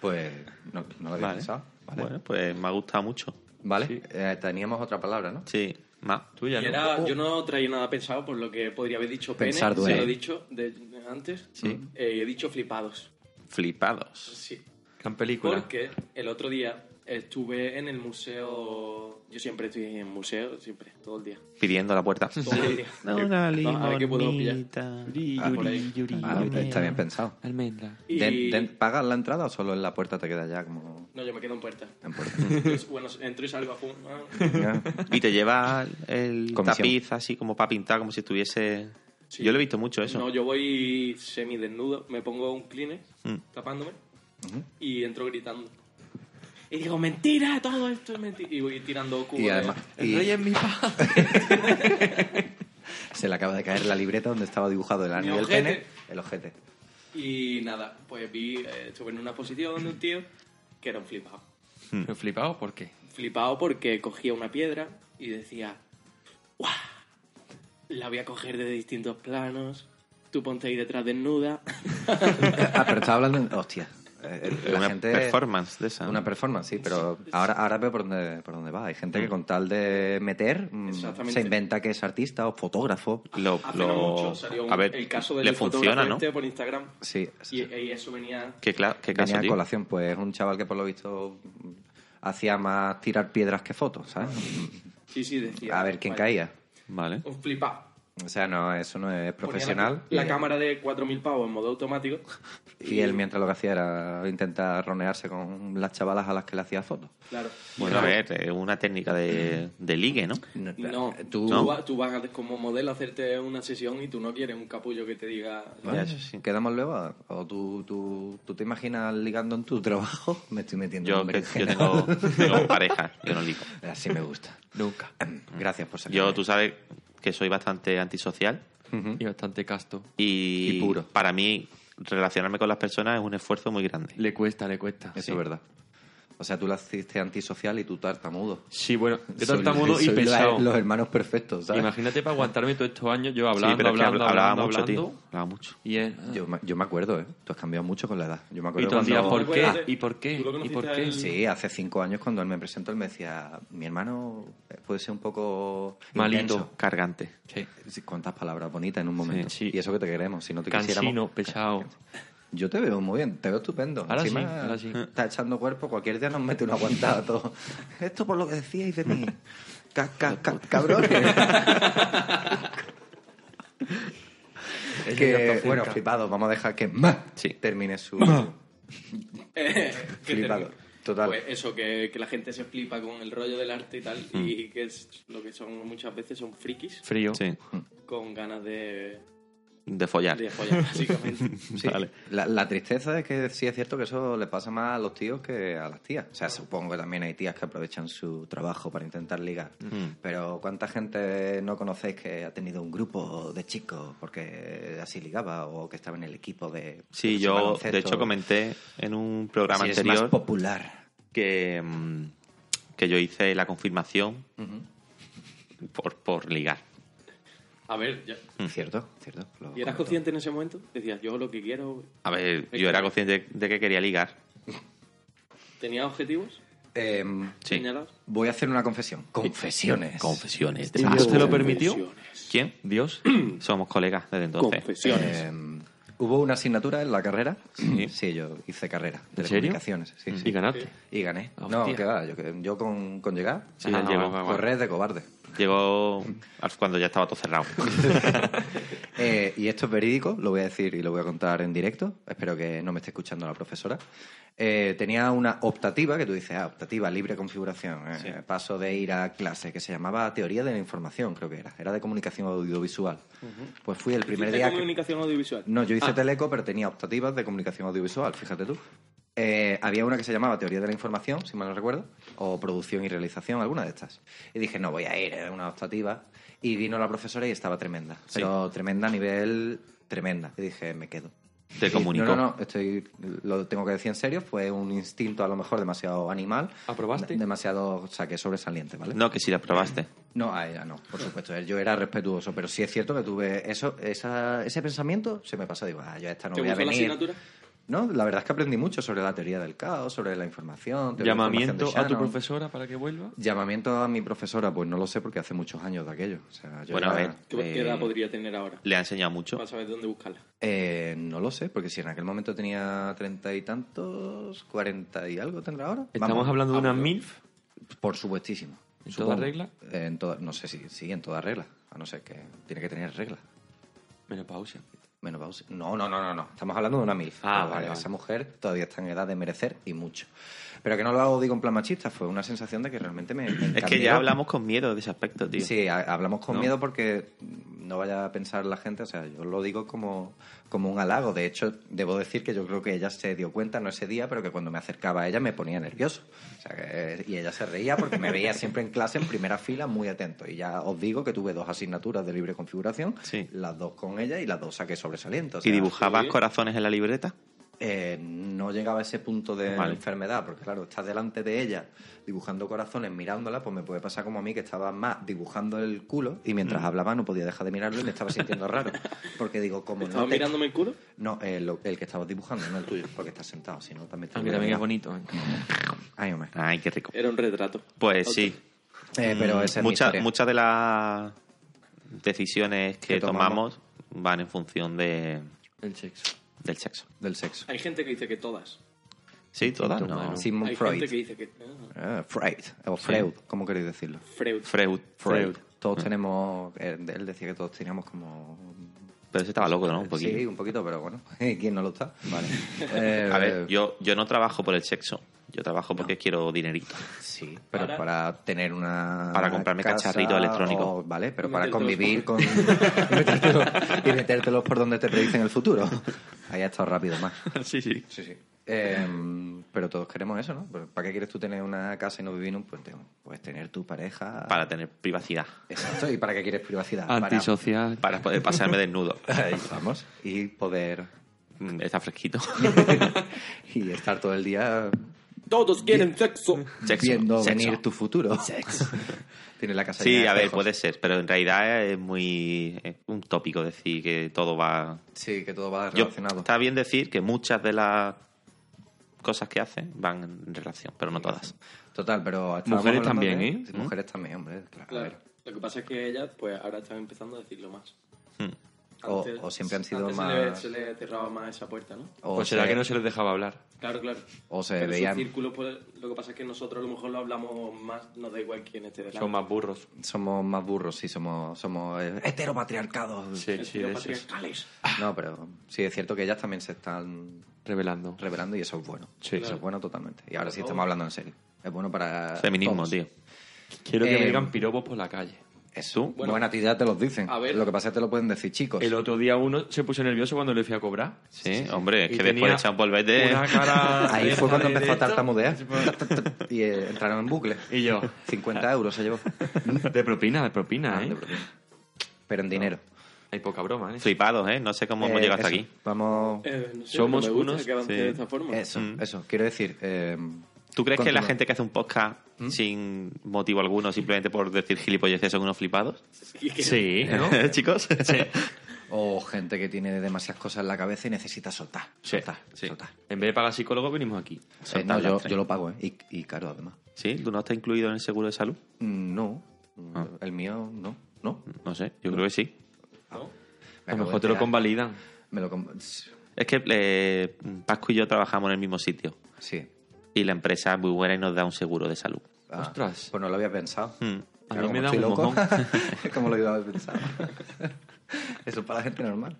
pues no, no lo había
Vale.
pensado. Vale.
Bueno, pues me ha gustado mucho.
Vale, eh, teníamos otra palabra, ¿no?
Sí. Ma.
Tuya,
Y
¿no?
era- yo no traía nada pensado, por lo que podría haber dicho pene,
Pensar
se
duele.
lo he dicho de- antes. Eh, he dicho flipados.
Flipados.
Sí.
Gran película.
Porque el otro día estuve en el museo. Yo siempre estoy en museo, siempre, todo el día.
Pidiendo a la
(laughs)
puerta.
Todo el día.
(laughs) Una
a ver qué puedo pillar.
limonita.
Ah, por ahí.
Ah, está bien pensado.
Almendra.
Y-
Den- den- ¿Pagas la entrada o solo en la puerta te queda ya como
No, yo me quedo en puerta.
en puerta?
Entonces, bueno, entro y salgo a pum, ah.
Ya.
Y te lleva el
Comisión.
tapiz así como para pintar, como si estuviese...
Sí.
Yo lo he visto mucho eso.
No, yo voy semidesnudo, me pongo un Kleenex
Mm.
tapándome y entro gritando. Y digo, mentira, todo esto es mentira. Y voy tirando cubos.
Y
de-
además y (laughs)
mi padre.
se le acaba de caer la libreta donde estaba dibujado el ano
Mi
y el
ojete.
pene, el ojete.
Y nada, pues vi, eh, estuve en una exposición de un tío que era un flipado.
Pero flipado, ¿por qué?
Flipado porque cogía una piedra y decía, ¡guau! La voy a coger de distintos planos, tú ponte ahí detrás desnuda.
Ah, pero estaba hablando, en- hostia, eh, eh, la
una
gente
performance de esa.
Una performance, sí, pero ahora, ahora veo por dónde, por dónde va. Hay gente que
Mm.
con tal de meter mm,
Exactamente.
se inventa que es artista o fotógrafo.
Lo-
Hace
lo-
no mucho salió un-
a ver,
el caso del
le
fotógrafo
funciona, ¿no?
este por Instagram.
Sí,
Y,
sí.
y eso venía
Qué, cla- qué caso,
venía a
tío.
colación. Pues un chaval que por lo visto mm, hacía más tirar piedras que fotos, ¿sabes?
Sí, sí, decía.
A ver quién
vaya,
caía.
Vale.
Un flipado.
O sea, no, eso no es
Ponía
profesional.
La,
Y-
la cámara de 4.000 pavos en modo automático.
Y él mientras lo que hacía era intentar ronearse con las chavalas a las que le hacía fotos.
Claro.
Bueno, a ver, eh, una técnica de, de ligue, ¿no?
Mm,
No,
Eh, tú...
tú,
No.
va- tú vas a- como modelo a hacerte una sesión y tú no quieres un capullo que te diga.
Bueno,
eso sí.
¿Quedamos luego? ¿O tú, tú, tú te imaginas ligando en tu trabajo? (laughs) Me estoy metiendo en
Yo,
un
que- yo
berenjenal.
tengo,
(laughs)
tengo pareja, yo no ligo.
Así me gusta. Nunca. Gracias por ser
Yo, tú sabes que soy bastante antisocial
Y bastante casto.
y,
Y puro.
para mí relacionarme con las personas es un esfuerzo muy grande.
Le cuesta, le cuesta.
Eso
sí.
es verdad. O sea, tú lo hiciste antisocial y tú tartamudo.
Sí, bueno, yo
Soy-
tartamudo y
soy la-
pesado.
Los hermanos perfectos, ¿sabes?
Imagínate para aguantarme todos estos años yo hablando,
sí, pero es que
hablando,
habl- hablaba
hablando,
mucho,
hablando.
tío. Hablaba mucho.
Y es...
Yo, me- yo me acuerdo, ¿eh? Tú has cambiado mucho con la edad. Yo me
Y
acuerdo
tú decías,
cuando...
¿por qué?
Ah.
¿Y por qué?
Tú lo
¿Y por
conociste
qué?
al-
Sí, hace cinco años cuando él me presentó, él me decía, mi hermano eh, puede ser un poco...
Malito.
intenso".
Cargante.
Sí.
Sí, Cuántas palabras bonitas en un momento.
Sí, sí.
Y eso que te queremos, si no te
Cansino,
quisiéramos...
pesado.
Yo te veo muy bien, te veo estupendo.
Ahora sí, ahora sí.
Estás echando cuerpo, cualquier día nos mete una aguantada a
(laughs)
todos. Esto por lo que decíais de mí. Ca- ca- ca-
(laughs)
cabrones. (laughs) que, bueno, flipado, vamos a dejar que más
Sí.
termine
(coughs)
su...
Eh, (laughs) que te-
Flipado, total.
Pues eso, que, que la gente se flipa con el rollo del arte y tal. Y
Mm.
que es lo que son muchas veces son frikis
Frío.
Sí.
con ganas de,
De follar.
de
(laughs)
follar, básicamente.
Sí.
Vale.
La, la tristeza es que sí es cierto que eso le pasa más a los tíos que a las tías. O sea, supongo que también hay tías que aprovechan su trabajo para intentar ligar.
Mm.
Pero ¿cuánta gente no conocéis que ha tenido un grupo de chicos porque así ligaba o que estaba en el equipo de...
Sí,
de
yo
baloncesto?
de hecho comenté en un
Sí,
programa
es más
anterior
popular.
que, mm, que yo hice la confirmación por, por ligar.
A ver, ya-
Mm.
Cierto, cierto. lo
¿y eras
comentó.
consciente en ese momento? Decías, yo lo que quiero.
A ver, yo era consciente de que quería ligar.
¿Tenía objetivos?
Em,
Sí.
señalados?
voy a hacer una confesión. Confesiones.
Confesiones.
¿Y Dios te lo permitió?
Confesiones.
¿Quién?
Dios.
(clears throat) Somos colegas desde entonces.
Confesiones.
Em, Hubo una asignatura en la carrera.
Sí. Mm.
yo hice carrera.
¿En serio?
Telecomunicaciones. Sí, sí.
Y ganaste.
Y gané.
Hostia.
No, que va, yo, yo con, con llegar,
Sí, él llegó.
correr de cobarde.
Llegó al- cuando ya estaba todo
(laughs)
cerrado.
Eh, y esto es verídico, lo voy a decir y lo voy a contar en directo. Espero que no me esté escuchando la profesora. Eh, tenía una optativa, que tú dices, ah, optativa, libre configuración. eh, Paso de ir a clase, que se llamaba Teoría de la Información, creo que era. Era de comunicación audiovisual. Pues fui el primer
¿Hiciste
día... que-
comunicación audiovisual?
No, yo hice Teleco, pero tenía optativas de comunicación audiovisual, fíjate tú. Eh, había una que se llamaba Teoría de la Información, si mal no recuerdo, o Producción y Realización, alguna de estas. Y dije, no, voy a ir a una optativa. Y vino la profesora y estaba tremenda. Pero tremenda a nivel tremenda. Y dije, me quedo.
Te
Y-
comunicó.
No, no, no, estoy, lo tengo que decir en serio, fue un instinto a lo mejor demasiado animal.
¿Aprobaste?
de- Demasiado, o sea, que sobresaliente, ¿vale?
No, que si la probaste.
No, a ella no, por supuesto. Yo era respetuoso, pero sí es cierto que tuve eso, esa- ese pensamiento se me pasó. Digo, ah, yo a esta no
¿Te
voy a
gustó la
venir.
asignatura?
No, la verdad es que aprendí mucho sobre la teoría del caos, sobre la información. teoría de
Llamamiento
información
a
de
tu
Shannon.
profesora para que vuelva.
Llamamiento a mi profesora, pues no lo sé porque hace muchos años de aquello. O sea, yo
Bueno, a
era-
ver.
¿Qué,
Eh,
qué edad podría tener ahora?
Le ha enseñado mucho.
Pues,
Para saber dónde buscarla.
Eh, no lo sé, porque si en aquel momento tenía treinta y tantos, cuarenta y algo tendrá ahora.
Estamos
Vamos,
hablando de una
vamos.
MILF.
Por supuestísimo.
¿En
Supongo.
toda regla?
Eh, en toda, no sé si sí, en toda regla. A no ser que tiene que tener regla.
Menopausia.
Menos pausa. No, no, no, no, no. Estamos hablando de una MILF.
Ah,
Pero
vale, vale.
Esa mujer todavía está en edad de merecer y mucho. Pero que no lo hago, digo, en plan machista. Fue una sensación de que realmente me. me
Es que
encandiló.
ya hablamos con miedo de ese aspecto, tío.
Sí, ha- hablamos con
¿No?
miedo porque no vaya a pensar la gente, o sea, yo lo digo como, como un halago. De hecho, debo decir que yo creo que ella se dio cuenta, no ese día, pero que cuando me acercaba a ella me ponía nervioso. O sea, que- y ella se reía porque me veía siempre en clase en primera fila, muy atento. Y ya os digo que tuve dos asignaturas de libre configuración,
Sí.
las dos con ella y las dos saqué sobresalientes. o
¿Y
sea,
dibujabas
sí.
corazones en la libreta?
eh, no llegaba a ese punto de
Vale.
enfermedad, porque claro, estás delante de ella dibujando corazones, mirándola, pues me puede pasar como a mí que estaba más dibujando el culo y mientras hablaba no podía dejar de mirarlo y me estaba sintiendo raro. Porque digo, como
¿Estabas
no. te-
mirándome el culo?
No, eh, lo- el que estabas dibujando, no el tuyo, porque estás sentado, si no también te
Aunque
hubiera
también es
mirado.
bonito. ¿eh?
Ay, hombre.
Ay, qué rico.
Era un retrato.
Pues
Ok.
sí.
Eh,
Mm,
pero esa es mi
Muchas
historia.
muchas de las decisiones que,
Que tomamos.
tomamos. van en función de,
El sexo.
del sexo.
del sexo.
Hay gente que dice que todas.
Sí, todas.
Instinto
No.
humano.
Sigmund
Hay
Freud.
gente que dice que. ah,
Ah, Freud, o Freud, ¿cómo queréis decirlo?
Freud.
Freud.
Freud. Todos tenemos, él él decía que todos teníamos como
Pero ese estaba loco, ¿no? Un poquito.
Sí, un poquito, pero bueno, (laughs) ¿quién no lo está? Vale.
(laughs)
Eh,
A ver, yo, yo no trabajo por el sexo. Yo trabajo porque quiero dinerito.
Sí, pero
Para-
para, tener una.
Para comprarme
casa
cacharrito electrónico.
o- vale, pero
Y
para
metértelos
convivir
(laughs)
con. y metértelos- y metértelos por donde te predicen el futuro. Ahí ha estado rápido más.
(laughs) sí, sí.
Sí, sí. Em, pero todos queremos eso, ¿no? Pero ¿Para qué quieres tú tener una casa y no vivir en un puente? Pues tener tu pareja.
Para tener privacidad.
Exacto, ¿y para qué quieres privacidad? Para-
Antisocial.
Para poder pasarme desnudo.
Ahí Vamos. Y poder.
Mm, Está fresquito.
y estar todo el día
Todos quieren sexo.
Sexo,
viendo
sexo.
venir tu futuro. (laughs) Tiene la casa llena
Sí,
de
a ver,
espejos.
puede ser. Pero en realidad es muy. Es un tópico decir que todo va
Sí, que todo va
Yo-
relacionado.
está bien decir que muchas de las cosas que hace van en relación, pero no todas.
Total, pero... estábamos
Mujeres
hablando
también,
de-
¿eh?
Sí, Mujeres también, hombre, claro. a
Claro.
ver.
Lo que pasa es que ellas, pues ahora están empezando a decirlo más.
Hmm.
O- o siempre han sido
antes
más-
Se le, se le cerraba más esa puerta, ¿no?
O,
¿O Pues será
se-
que no se les dejaba hablar?
Claro, claro.
o se
Pero esos
veían...
círculos, pues, lo que pasa es que nosotros a lo mejor lo hablamos más, nos da igual quién esté delante.
Son más burros.
Somos más burros, sí, somos, somos eh, heteropatriarcados.
Sí, sí, de esos.
patriarcales.
No, pero sí, es cierto que ellas también se están
Revelando.
revelando y eso es bueno.
Sí.
Eso
Claro.
es bueno totalmente. Y ahora sí estamos
Por favor.
hablando en serio. Es bueno para...
Feminismo,
Ah, todos.
tío.
Quiero que
Eh,
me digan piropos por la calle.
Eso.
Bueno.
Bueno, a ti ya te los dicen.
A ver.
Lo que pasa es que te lo pueden decir chicos.
El otro día uno se puso nervioso cuando le fui a cobrar.
Sí, hombre, es
Y
que después de
tenía
echar un polvete.
Una
(laughs)
cara
Ahí
de
fue cuando
esta de
empezó a
esto.
tartamudear. y eh, entraron en bucle.
Y yo.
50 euros
(laughs)
se llevó.
De propina, de propina,
Ah, de
¿eh?
propina. Pero en dinero.
Hay poca broma, ¿eh?
Flipados, ¿eh? No sé cómo hemos
Eh,
llegado hasta
eso.
aquí.
Vamos.
Eh, no sé,
Somos
no me gusta
unos-
que avance
sí.
de esta forma.
Eso,
Mm.
eso. Quiero decir. eh,
¿Tú crees que la
continúa. ¿Mm?
gente que hace un podcast sin motivo alguno, simplemente por decir gilipolleces, son unos flipados? ¿Eh,
Y que-
Sí, ¿no?
(laughs) Chicos.
O oh, gente que tiene demasiadas cosas en la cabeza y necesita soltar.
Sí,
Soltar,
sí.
soltar.
En vez de pagar psicólogo, venimos aquí.
Eh, no, yo, yo lo pago, ¿eh? Y, y caro, además.
¿Sí? ¿Tú no estás incluido en el seguro de salud?
Mm, No.
Ah.
El mío, no. No.
No sé, yo creo que sí.
Me
a lo
acabo
mejor
de
te lo
enterar.
convalidan.
Me lo con-
Es que eh, Pascu y yo trabajamos en el mismo sitio
Sí.
y la empresa es muy buena y nos da un seguro de salud.
Ah,
Ostras.
Pues no lo había pensado.
Mm.
A
Claro, como
mí me da
estoy
un
loco,
mojón.
(laughs) como lo iba a pensar. Eso es para la gente normal.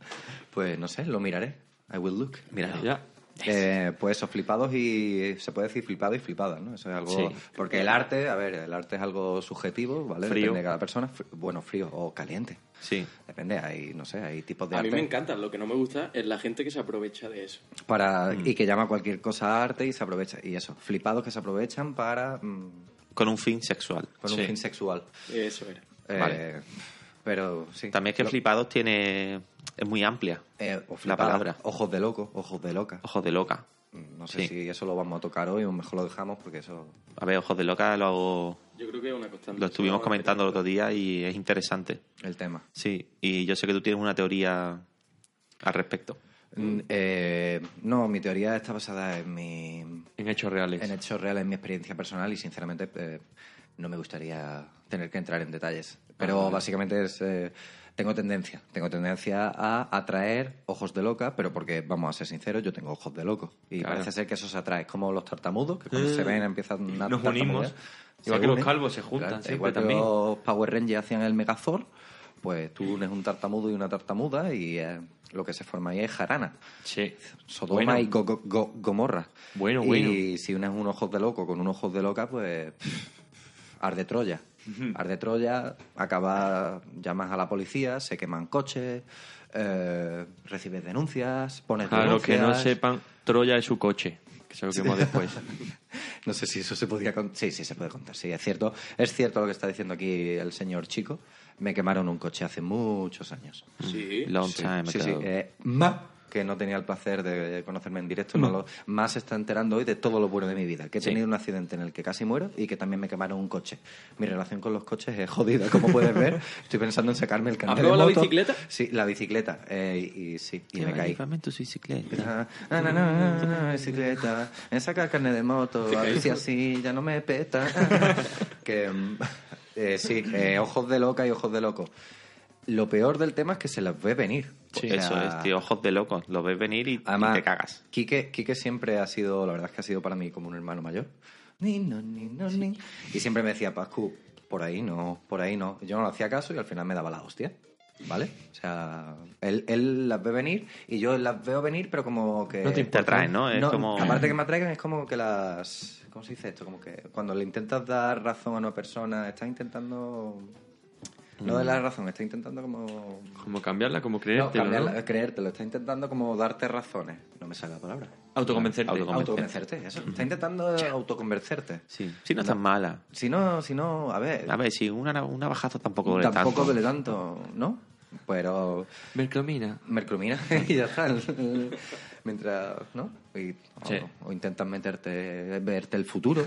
Pues no sé, lo miraré. I will look.
Mira,
Ya.
Eh, pues esos flipados y se puede decir flipado y flipada, ¿no? Eso es algo
Sí.
porque el arte, a ver, el arte es algo subjetivo, ¿vale?
Frío.
Depende de cada persona, Fr- bueno, frío o caliente.
sí.
Depende, hay no sé, hay tipos de
A
arte
mí me encanta, lo que no me gusta es la gente que se aprovecha de eso.
para y que llama cualquier cosa arte y se aprovecha y eso, flipados que se aprovechan para mm,
Con un fin sexual.
con
Sí.
un fin sexual.
Eso era.
Eh,
Vale.
Pero sí.
También es que
Lo-
flipados tiene. Es muy amplia.
eh, o flipada,
palabra.
Ojos de loco, ojos de loca.
Ojos de loca.
No sé
Sí.
si eso lo vamos a tocar hoy o mejor lo dejamos porque eso...
A ver, ojos de loca lo,
Yo creo que es una constante.
lo estuvimos
Vamos a
comentando el
tener-
otro día y es interesante.
El tema.
Sí, y yo sé que tú tienes una teoría al respecto.
Mm, eh, no, mi teoría está basada en mi
En hechos reales.
en hechos reales, en mi experiencia personal y sinceramente eh, no me gustaría tener que entrar en detalles. Pero
Ah,
básicamente es, eh, tengo tendencia, tengo tendencia a atraer ojos de loca, pero porque, vamos a ser sinceros, yo tengo ojos de loco. Y
Claro. Eh,
parece ser que eso se atrae, es como los tartamudos, que cuando se ven empiezan a
Nos
tartamudear.
unimos.
Se
Igual que los
unen.
calvos se juntan siempre
igual que
también.
los Power Rangers hacían el Megazord, pues tú unes un tartamudo y una tartamuda y eh, lo que se forma ahí es jarana.
Sí.
Sodoma
Bueno.
y Go- Go- Go- Gomorra.
Bueno,
y
bueno.
si unes un ojos de loco con un ojos de loca, pues. pff, Arde Troya. Arde Troya, acaba, llamas a la policía, se queman coches, eh, recibes denuncias, pones
A los que
denuncias.
no sepan, Troya es su coche, que se lo quemó después.
No sé si eso se podía contar. Sí, sí, se puede contar. Sí, es cierto. Es cierto lo que está diciendo aquí el señor chico. Me quemaron un coche hace muchos años.
Sí.
Long time
Sí, sí.
ago.
Eh, Ma, que no tenía el placer de conocerme en directo, no lo- Ma se está enterando hoy de todo lo bueno de mi vida. Que he tenido un accidente en el que casi muero y que también me quemaron un coche. Mi relación con los coches es jodida, como puedes
(laughs)
ver. Estoy pensando en sacarme el carnet de
probado la
moto.
bicicleta?
Sí, la bicicleta. Eh, y, y sí, y me caí.
Llévame en tu bicicleta.
Ah, na, na, na, na, na, bicicleta, me saca el carnet de moto, a ver si así ya no
(laughs)
me peta. que mm, eh, sí, eh, ojos de loca y ojos de loco. Lo peor del tema es que se las ve venir. O sea,
Eso es, tío, ojos de loco. Lo ves venir y, y
Además,
te cagas.
Quique, Quique siempre ha sido, la verdad es que ha sido para mí como un hermano mayor. Ni, no, ni, no, ni. Y siempre me decía, Pascu, por ahí no, por ahí no. Y Yo no le hacía caso y al final me daba la hostia. ¿Vale? O sea, él, él las ve venir y yo las veo venir, pero como que.
No te importa. Te atraen, ¿no? Es como-
Aparte que me atraigan, es como que las. ¿Cómo se dice esto? Como que cuando le intentas dar razón a una persona, estás intentando. No
Mm.
de la razón, estás intentando como.
Como cambiarla, como
No,
creértelo,
cambiarla,
¿no?
creértelo. Está intentando como darte razones. No me sale la palabra.
Autoconvencerte.
Autoconven- Convencerte.
Autoconvencerte, eso. Está intentando autoconvencerte.
Sí. Si no estás mala.
Si no, si no, a ver.
A ver, si una, una bajazo tampoco le
tampoco
tanto.
duele tanto, ¿no? Pero
Mercromina.
mercromina (laughs) y ya está. Mientras, ¿no? Y- o,
Sí.
o intentas meterte, verte el futuro.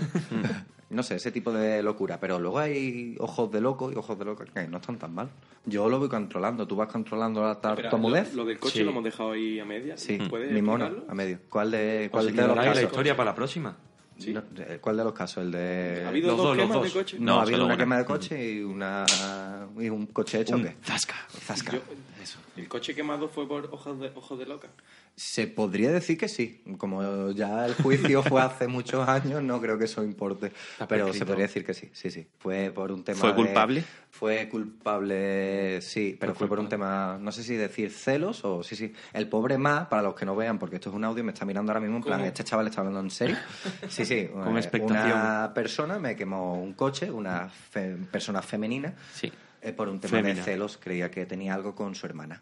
no sé, ese tipo de locura. Pero luego hay ojos de loco y ojos de loco que no están tan mal. Yo lo voy controlando. Tú vas controlando la
Espera, lo,
tartamudez.
lo del coche
Sí.
lo hemos dejado ahí a medias.
Sí,
Mm.
¿Puedes
mi mono,
explicarlo?
a medio. ¿Cuál de,
¿Cuál
cuál de los
la
casos?
historia para la próxima?
Sí.
No, eh, ¿Cuál de los casos? ¿El de...?
¿Ha habido
los
dos,
dos, los
quemas
dos.
de coche?
No,
No,
ha habido
solo una.
una
Mm.
quema de coche y, una, y un coche hecho. ¿o qué?
Zasca.
Zasca.
Yo- El coche quemado fue por ojos de, ojos de loca.
Se podría decir que sí. Como ya el juicio fue hace muchos años, no creo que eso importe. Pero se
prescrito.
podría decir que sí, sí, sí. Fue por un tema
¿Fue
de-
culpable?
Fue culpable, sí, pero fue por un tema, no sé si decir celos o sí, sí. El pobre Ma, para los que no vean, porque esto es un audio, me está mirando ahora mismo en plan,
¿Cómo?
este chaval está hablando en
(laughs)
serio. Sí, sí.
Con
eh,
expectación.
Una persona me quemó un coche, una fe- persona femenina,
Sí.
eh, por un tema de
Fémina.
celos, creía que tenía algo con su hermana.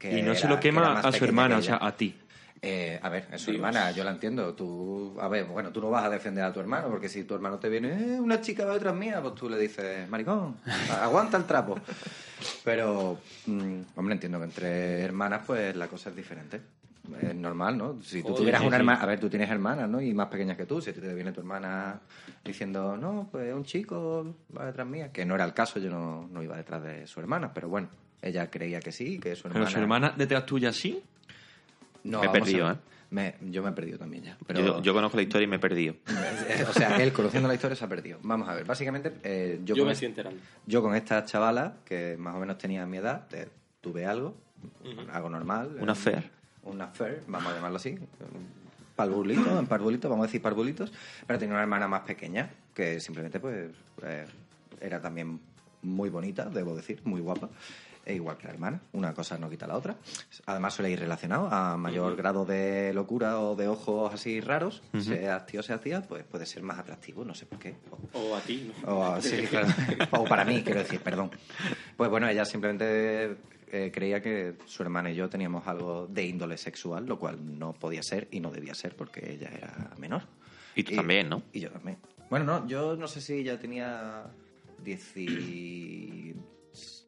Que
Y no se
era-
lo
que era
quema
más
a su
pequeña
hermana,
que
o sea,
ella.
a ti.
Eh, a ver, es su
Dios.
hermana, yo la entiendo. Tú, a ver, bueno, tú no vas a defender a tu hermano, porque si tu hermano te viene, "Eh, una chica va detrás mía, pues tú le dices,
(laughs)
maricón, aguanta el trapo. Pero, mm, hombre, entiendo que entre hermanas, pues la cosa es diferente. Es normal, ¿no? Si tú
Joder,
tuvieras
sí,
una
sí.
hermana, a ver, tú tienes hermanas, ¿no? Y más pequeñas que tú, si a ti te viene tu hermana diciendo, no, pues un chico va detrás mía, que no era el caso, yo no, no iba detrás de su hermana, pero bueno, ella creía que sí, que su hermana...
Pero su hermana detrás tuya sí.
No,
Me he
vamos a
perdido,
ver.
¿eh?
Me- yo me he perdido también ya. Pero,
Yo, yo conozco la historia y me he perdido.
(laughs) o sea, él conociendo la historia se ha perdido. Vamos a ver, básicamente eh, yo,
Yo,
con
me
es-
estoy enterando.
yo con esta chavala, que más o menos tenía mi edad, eh, tuve algo, algo normal.
Una
fe
affair.
una affair, vamos a llamarlo así, parvulito, en parvulito, vamos a decir parvulitos, pero tenía una hermana más pequeña que simplemente pues eh, era también muy bonita, debo decir, muy guapa, e igual que la hermana, una cosa no quita la otra. Además suele ir relacionado a mayor grado de locura o de ojos así raros, seas tío, seas tía, pues puede ser más atractivo, no sé por qué. O-
O a ti, ¿no?
(laughs) o,
(laughs)
sí, claro. O para mí, quiero decir, perdón. Pues bueno, ella simplemente eh, creía que su hermana y yo teníamos algo de índole sexual, lo cual no podía ser y no debía ser porque ella era menor.
Y tú también, ¿no?
Y yo también. Bueno, no, yo no sé si ya tenía 10.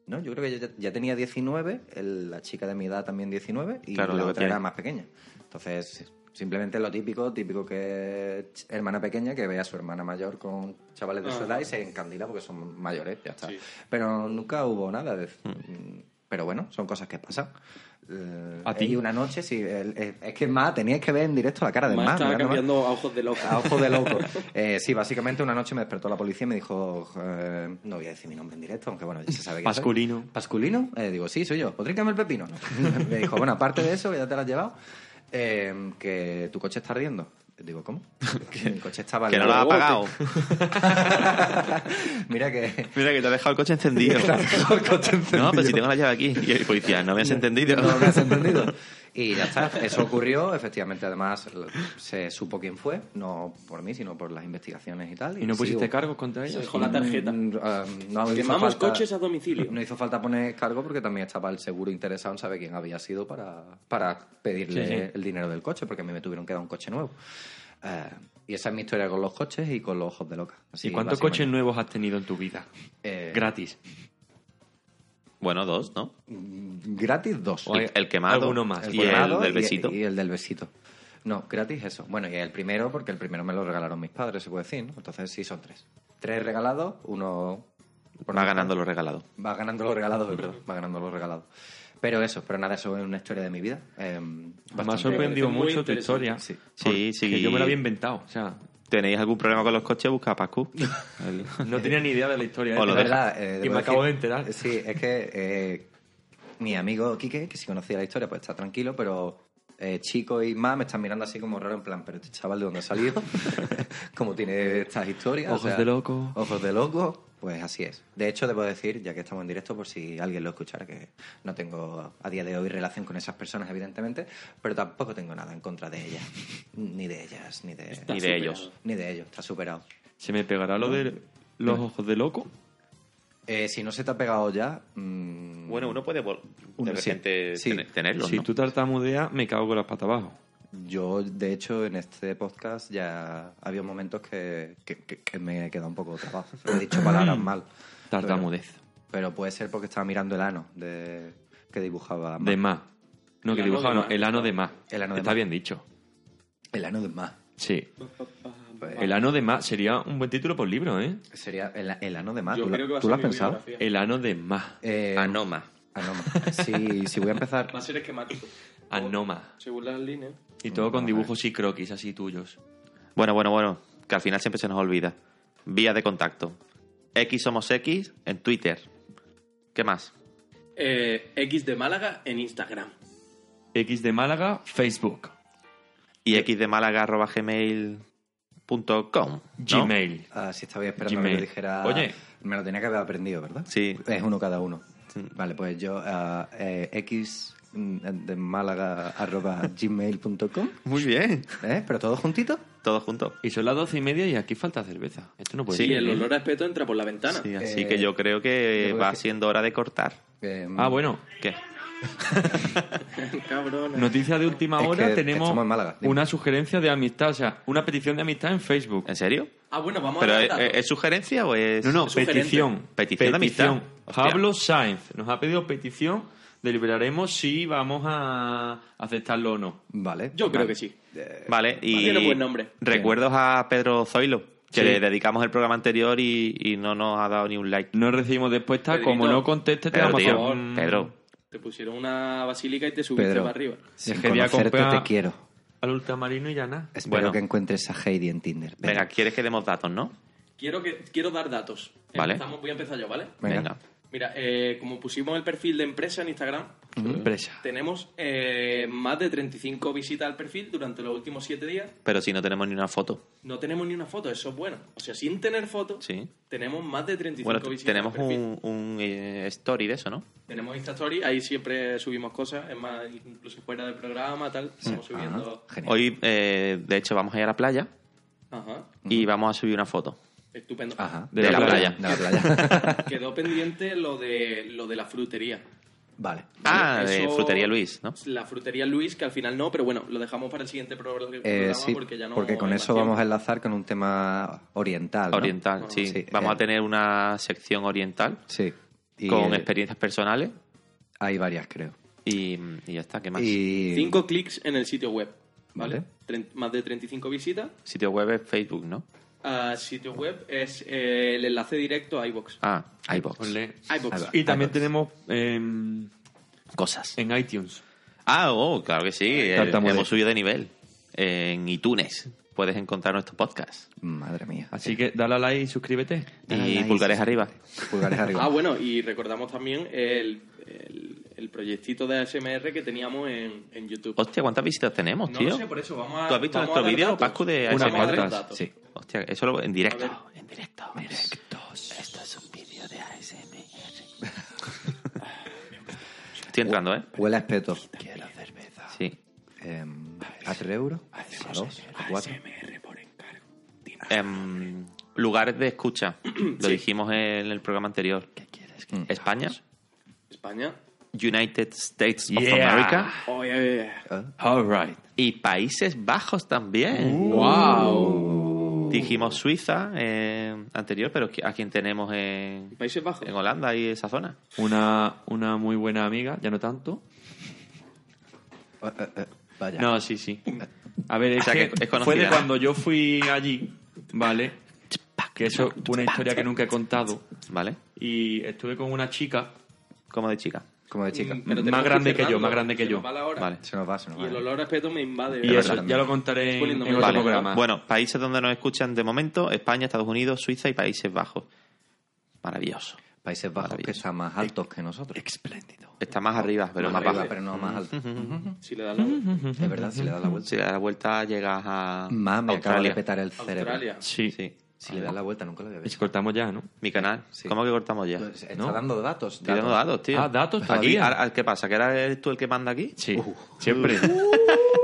No, yo creo que ya, ya tenía 19, el- la chica de mi edad también 19 y
Claro,
la
lo que
otra era
tiene.
más pequeña. Entonces, simplemente lo típico, típico que ch- hermana pequeña que ve a su hermana mayor con chavales de su
Ah.
edad y se encandila porque son mayores, ya está.
Sí.
Hmm.
mm, Pero nunca hubo nada de... Pero bueno, son cosas que pasan. eh,
¿A ti?
Y una noche, sí. el- el- es que más, tenías que ver en directo la cara de
Más
más.
estaba cambiando a ojos de loco.
A ojo de loco. (laughs) Eh, sí, básicamente una noche me despertó la policía y me dijo, eh, no voy a decir mi nombre en directo, aunque bueno, ya se sabe que
Pasculino.
¿Pasculino? Eh, digo, sí, soy yo. ¿Podrías el pepino? (laughs) me dijo, bueno, aparte de eso, que ya te lo has llevado, eh, que tu coche está ardiendo. Digo, ¿cómo? (laughs) Que mi coche estaba
Que no lo has
ardiendo.
apagado.
Mira que... (laughs)
Mira que te ha dejado el coche encendido. No, pero si tengo la llave aquí. Y el policía, no me has entendido.
No me has entendido. Y ya está, eso ocurrió, efectivamente, además se supo quién fue, no por mí, sino por las investigaciones y tal.
¿Y no pusiste
cargo
cargos contra
Se
ellos?
dejó la tarjeta.
Mm, ah, no hizo
Quemamos
falta-
coches a domicilio.
No hizo falta poner cargo porque también estaba el seguro interesado en saber quién había sido para, para pedirle
Sí, sí.
el dinero del coche, porque a mí me tuvieron que dar un coche nuevo. Eh, y esa es mi historia con los coches y con los ojos de loca. Así,
¿Y cuántos
básicamente.
coches nuevos has tenido en tu vida?
Eh,
Gratis.
(laughs) Bueno, dos, ¿no?
gratis dos.
O hay-
El quemado.
Alguno más.
Y el
quemado
del
y-
besito.
Y, el del besito. No, gratis eso. Bueno, y el primero, porque el primero me lo regalaron mis padres, se puede decir, ¿no? Entonces sí son tres. Tres regalados, uno... por
Va
mi
ganando lo regalado.
Va ganando los regalados, es verdad. Va ganando los regalados. Pero eso, pero nada, eso es una historia de mi vida. eh,
Me ha
bastante-
sorprendido
parece muy
mucho tu historia.
interesante,
Sí, sí.
Que yo me lo había inventado. O sea,
¿Tenéis algún problema con los coches? Busca a Pascu.
no tenía ni idea de
(laughs)
la historia.
O lo
Es
esta.
deja.
verdad, eh,
y
debo
me acabo de
decir-
enterar.
(laughs) Sí, es que eh, mi amigo Quique, que si conocía la historia, pues está tranquilo, pero eh, Chico y más me están mirando así como raro, en plan, pero este chaval de dónde ha
(laughs)
salido, como tiene estas historias.
Ojos de loco.
Ojos de loco. Pues así es. De hecho, debo decir, ya que estamos en directo, por si alguien lo escuchara, que no tengo a día de hoy relación con esas personas, evidentemente, pero tampoco tengo nada en contra de ellas. Ni de ellas, ni de,
Está
Ni de
superado.
ellos.
ni de ellos. Está superado.
¿Se me pegará lo de los ojos de loco?
Eh, si no se te ha pegado ya... mm,
Bueno, uno puede vol- de
Uno, sí.
repente
Sí.
tener- tenerlo,
si
¿no?
tú tartamudeas, me cago con las patas abajo.
Yo, de hecho, en este podcast ya había momentos que, que- que- que me he quedado un poco trabajo. He dicho palabras mal.
Tartamudez.
Pero, pero puede ser porque estaba mirando el ano de, que dibujaba.
De más. No,
El
que
ano
dibujaba,
de
no,
más.
el ano de más.
El ano de
Está
más.
bien dicho.
El ano de más.
Sí.
Ah,
Pues,
El ano de más sería un buen título por libro, ¿eh?
Sería el, el ano de más.
Yo
¿Tú, lo-
creo que va a
tú
ser
lo has
mi
pensado?
biografía.
El ano de más.
Eh,
Anoma.
Anoma. Sí, sí, voy a empezar.
(laughs) Va a ser esquemático.
Anoma.
Según las líneas.
Y todo con
Anoma.
dibujos y croquis así tuyos.
Bueno, bueno, bueno. Que al final siempre se nos olvida. Vía de contacto. X somos X en Twitter. ¿Qué más?
Eh, X de Málaga en Instagram.
X de Málaga, Facebook,
Y X de Málaga arroba gmail.com. ¿no?
Gmail.
Ah, sí, estaba esperando
Gmail.
que lo dijera.
Oye.
Me lo tenía que haber aprendido, ¿verdad?
Sí.
Es uno cada uno. Vale, pues yo, ah, eh, x mm, de Málaga arroba gmail.com.
Muy bien.
¿Eh? ¿Pero todos juntitos?
Todos juntos.
Y son las doce y media y aquí falta cerveza. Esto no puede
Sí,
y
ser.
el olor a espeto entra por la ventana. (laughs)
Sí, así
Eh,
que yo creo que
yo creo
va
que-
siendo hora de cortar.
Eh,
Ah, bueno.
¿Qué?
Cabrón.
Noticia de última
Es
hora,
que
tenemos
estamos en Málaga. Dime.
una sugerencia de amistad, o sea, una petición de amistad en Facebook.
¿En serio?
Ah, bueno, vamos
¿Pero
a
es,
dar
es-
datos.
es sugerencia o es.?
No, no,
Es sugerente.
petición.
Petición de amistad. Hostia.
Pablo Sáenz nos ha pedido petición, deliberaremos si vamos a aceptarlo o no.
Vale.
Yo creo
Vale.
que sí.
Vale, y.
Tiene buen nombre.
Recuerdos a Pedro Zoilo, que
Sí.
le dedicamos el programa anterior y, y no nos ha dado ni un like.
No recibimos respuesta,
Pedrito.
como no conteste, te
Pedro,
vamos a
tío,
hacer un-
Pedro.
Te pusieron una basílica y te subiste
Pedro,
para arriba.
sin
Es que voy a
conocerte
comprar-
te quiero.
al ultramarino y ya nada.
Espero
Bueno.
que encuentres a Heidi en Tinder.
Venga, quieres que demos datos, ¿no?
Quiero, que, quiero dar datos.
Vale.
Empezamos- voy a empezar yo, ¿vale?
Venga.
Mira, eh, como pusimos el perfil de empresa en Instagram,
Empresa.
tenemos eh, más de 35 visitas al perfil durante los últimos 7 días.
Pero si no tenemos ni una foto.
No tenemos ni una foto, eso es bueno. O sea, sin tener foto,
Sí.
tenemos más de 35
Bueno,
visitas.
tenemos
al perfil.
un, un, eh, story de eso, ¿no?
Tenemos Insta Story, ahí siempre subimos cosas, es más, incluso fuera del programa,
Mm,
tal, estamos subiendo.
Genial.
Hoy, eh, de hecho, vamos a ir a la playa
Ajá,
y vamos a subir una foto
estupendo.
Ajá.
de,
De
la,
la
playa.
De la playa. (laughs)
Quedó pendiente lo de, lo de la frutería.
vale.
Ah, de
Eso-
Frutería Luis, ¿no?
La frutería Luis, que al final no, pero bueno, lo dejamos para el siguiente pro- programa
Eh, sí,
porque ya no.
con
hay
eso
más
vamos a
tiempo.
enlazar con un tema oriental. ¿no?
Oriental, sí.
Sí,
Vamos
eh.
a tener una sección oriental
Sí. Y,
con
eh,
experiencias personales
Hay varias, creo.
y, y ya está. ¿Qué más?
Y...
Cinco clics en el sitio web. ¿Vale?
Vale.
Tren- más de 35 visitas.
Sitio web es Facebook, ¿no?
Ah, sitio web es eh, el enlace directo a iBox.
Ah, iBox.
Ponle.
iBox.
Ahí va.
Y también
iBox.
tenemos em,
Cosas.
en iTunes.
Ah, oh, claro que sí. eh,
Tartamudez.
Hemos subido de nivel. En iTunes puedes encontrar nuestro podcast.
Madre mía.
Así que dale a like y suscríbete.
Dale
y
like,
pulgares
sí.
arriba.
Pulgares arriba.
Ah, bueno, y recordamos también el, el, el proyectito de ASMR que teníamos en, en YouTube.
Hostia, ¿cuántas visitas tenemos,
No
tío?
lo sé, por eso vamos a.
¿Tú has visto
vamos
nuestro
a dar
vídeo,
datos.
Pascu, de
Vamos a
ASMR?
dar
Cuantas,
datos.
Sí.
Hostia, eso lo en directo.
A
En directo. Esto es un vídeo de ASMR. Estoy entrando, ¿eh?
Huele a espeto. Quiero cerveza.
Sí.
Em, ¿A 3 euros? ¿A 2? ¿A 4?
ASMR por encargo.
Em, lugares de
(clears throat)
escucha. Lo dijimos en el programa anterior.
Mm.
España,
España.
United States of
Yeah.
America
Oh, yeah, yeah, yeah.
Ah,
All right.
y Países Bajos también.
Uh.
Uh.
Dijimos Suiza eh, anterior, pero ¿a quién tenemos en,
Países Bajos.
Eh,
en Holanda y esa zona?
Una, una muy buena amiga, ya no tanto.
eh, Vaya.
No, sí, sí. A ver, es,
O sea,
que
que es conocida,
fue de
¿no?
cuando yo fui allí, ¿vale? Que eso es una historia que nunca he contado.
¿Vale?
Y estuve con una chica
Como de chica.
Como de chica.
Mm, Pero
más
tenemos
grande
ir
que yo,
cerrando,
más grande que
se
yo.
nos va la hora.
Vale.
Se nos va, se nos
Y el
va.
olor a respeto me invade.
Y eso,
verdad.
ya lo contaré en,
Poniéndome
en otro
vale.
programa.
Bueno, países donde nos escuchan de momento, España, Estados Unidos, Suiza y Países Bajos. Maravilloso.
Países Bajos que están más altos que nosotros. Espléndido.
Está más arriba, pero más,
más arriba,
bajo.
pero no más alto.
Si le da la
Es verdad, si le da la vuelta.
Si le das la vuelta llegas a
Mamá, me acaba de
Australia.
petar el cerebro.
Australia.
sí.
Sí.
Si le da la vuelta, nunca lo había
Pues
visto.
cortamos ya, ¿no?
Mi canal.
Sí.
¿Cómo que cortamos ya?
Pues, Está
¿No?
dando datos.
Estoy dando datos, tío.
Ah, datos
Aquí,
todavía.
ahora, ¿Qué pasa? ¿Que ahora eres tú el que manda aquí?
Sí, siempre.
Uh.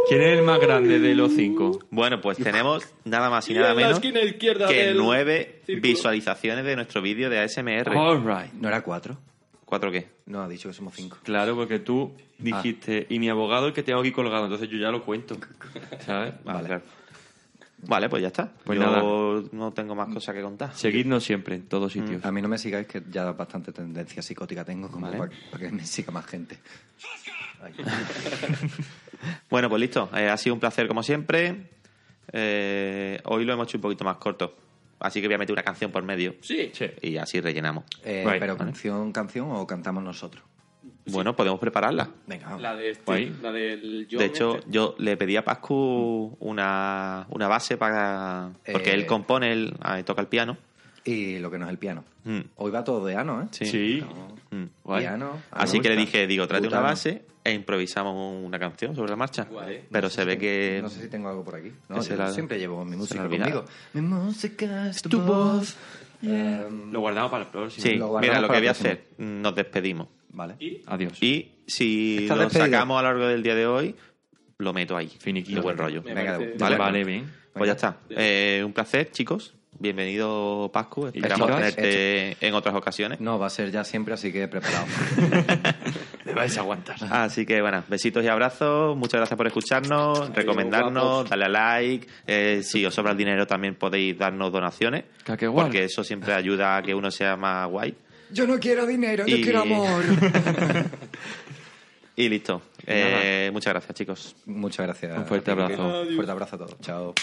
¿Quién es el más grande de los cinco?
Bueno, pues tenemos nada más y
Y
nada
en la
menos
esquina izquierda
que
del
nueve
círculo.
visualizaciones de nuestro vídeo de ASMR.
All right.
¿No era cuatro?
¿Cuatro qué?
No, ha dicho que somos cinco.
Claro, porque tú dijiste, y mi abogado el que tengo aquí colgado, entonces yo ya lo cuento. ¿Sabes?
Vale. claro. Vale, pues ya está.
Pues
Yo
nada.
no tengo más cosas que contar.
Seguidnos siempre en todos sitios.
A mí no me sigáis, que ya bastante tendencia psicótica tengo como
Vale.
para, que me siga más gente. Ay.
Bueno, pues listo. Eh, ha sido un placer como siempre. Eh, hoy lo hemos hecho un poquito más corto. Así que voy a meter una canción por medio
Sí.
Sí.
y así rellenamos.
Eh,
Right,
pero
vale.
canción, canción o cantamos nosotros.
Bueno, podemos prepararla.
Venga, vamos.
La de
Guay.
este. La del John
de hecho,
este.
yo le pedí a Pascu una, una base para... Porque
Eh.
él compone, él ah, toca el piano.
Y lo que no es el piano.
Mm.
Hoy va todo de ano, ¿eh?
Sí.
Sí.
Mm.
Guay.
Piano.
Así que le dije, digo, tráete una
Butano.
base e improvisamos una canción sobre la marcha.
Guay.
Pero se ve que...
No sé si tengo algo por aquí. No,
que
yo
se la-
siempre llevo mi
se la
música
ha olvidado.
conmigo. Mi música es tu voz. Em,
Lo guardamos para el próximo.
Sí,
Lo guardamos
mira, lo
para
que voy a
la próxima.
hacer, mm, nos despedimos.
Vale.
Adiós.
Y si
Está
lo
despedido.
sacamos a lo largo del día de hoy, lo meto ahí.
Finiquito.
De buen rollo.
Me
Venga,
parece-
Vale.
Vale, vale, bien.
Pues ya está. Eh, un placer, chicos. Bienvenido, Pascu. Esperamos
chicas,
tenerte en otras ocasiones.
No, va a ser ya siempre, así que preparado.
Me vais a aguantar.
Así que, bueno, besitos y abrazos. Muchas gracias por escucharnos, recomendarnos,
guapos.
darle a like. Eh, si os sobra el dinero, también podéis darnos donaciones.
Cacahual.
Porque eso siempre ayuda a que uno sea más guay.
yo no quiero dinero,
Y-
yo quiero amor.
Y listo. Eh, muchas gracias, chicos.
Muchas gracias.
Un fuerte abrazo.
Un fuerte abrazo a todos. Chao.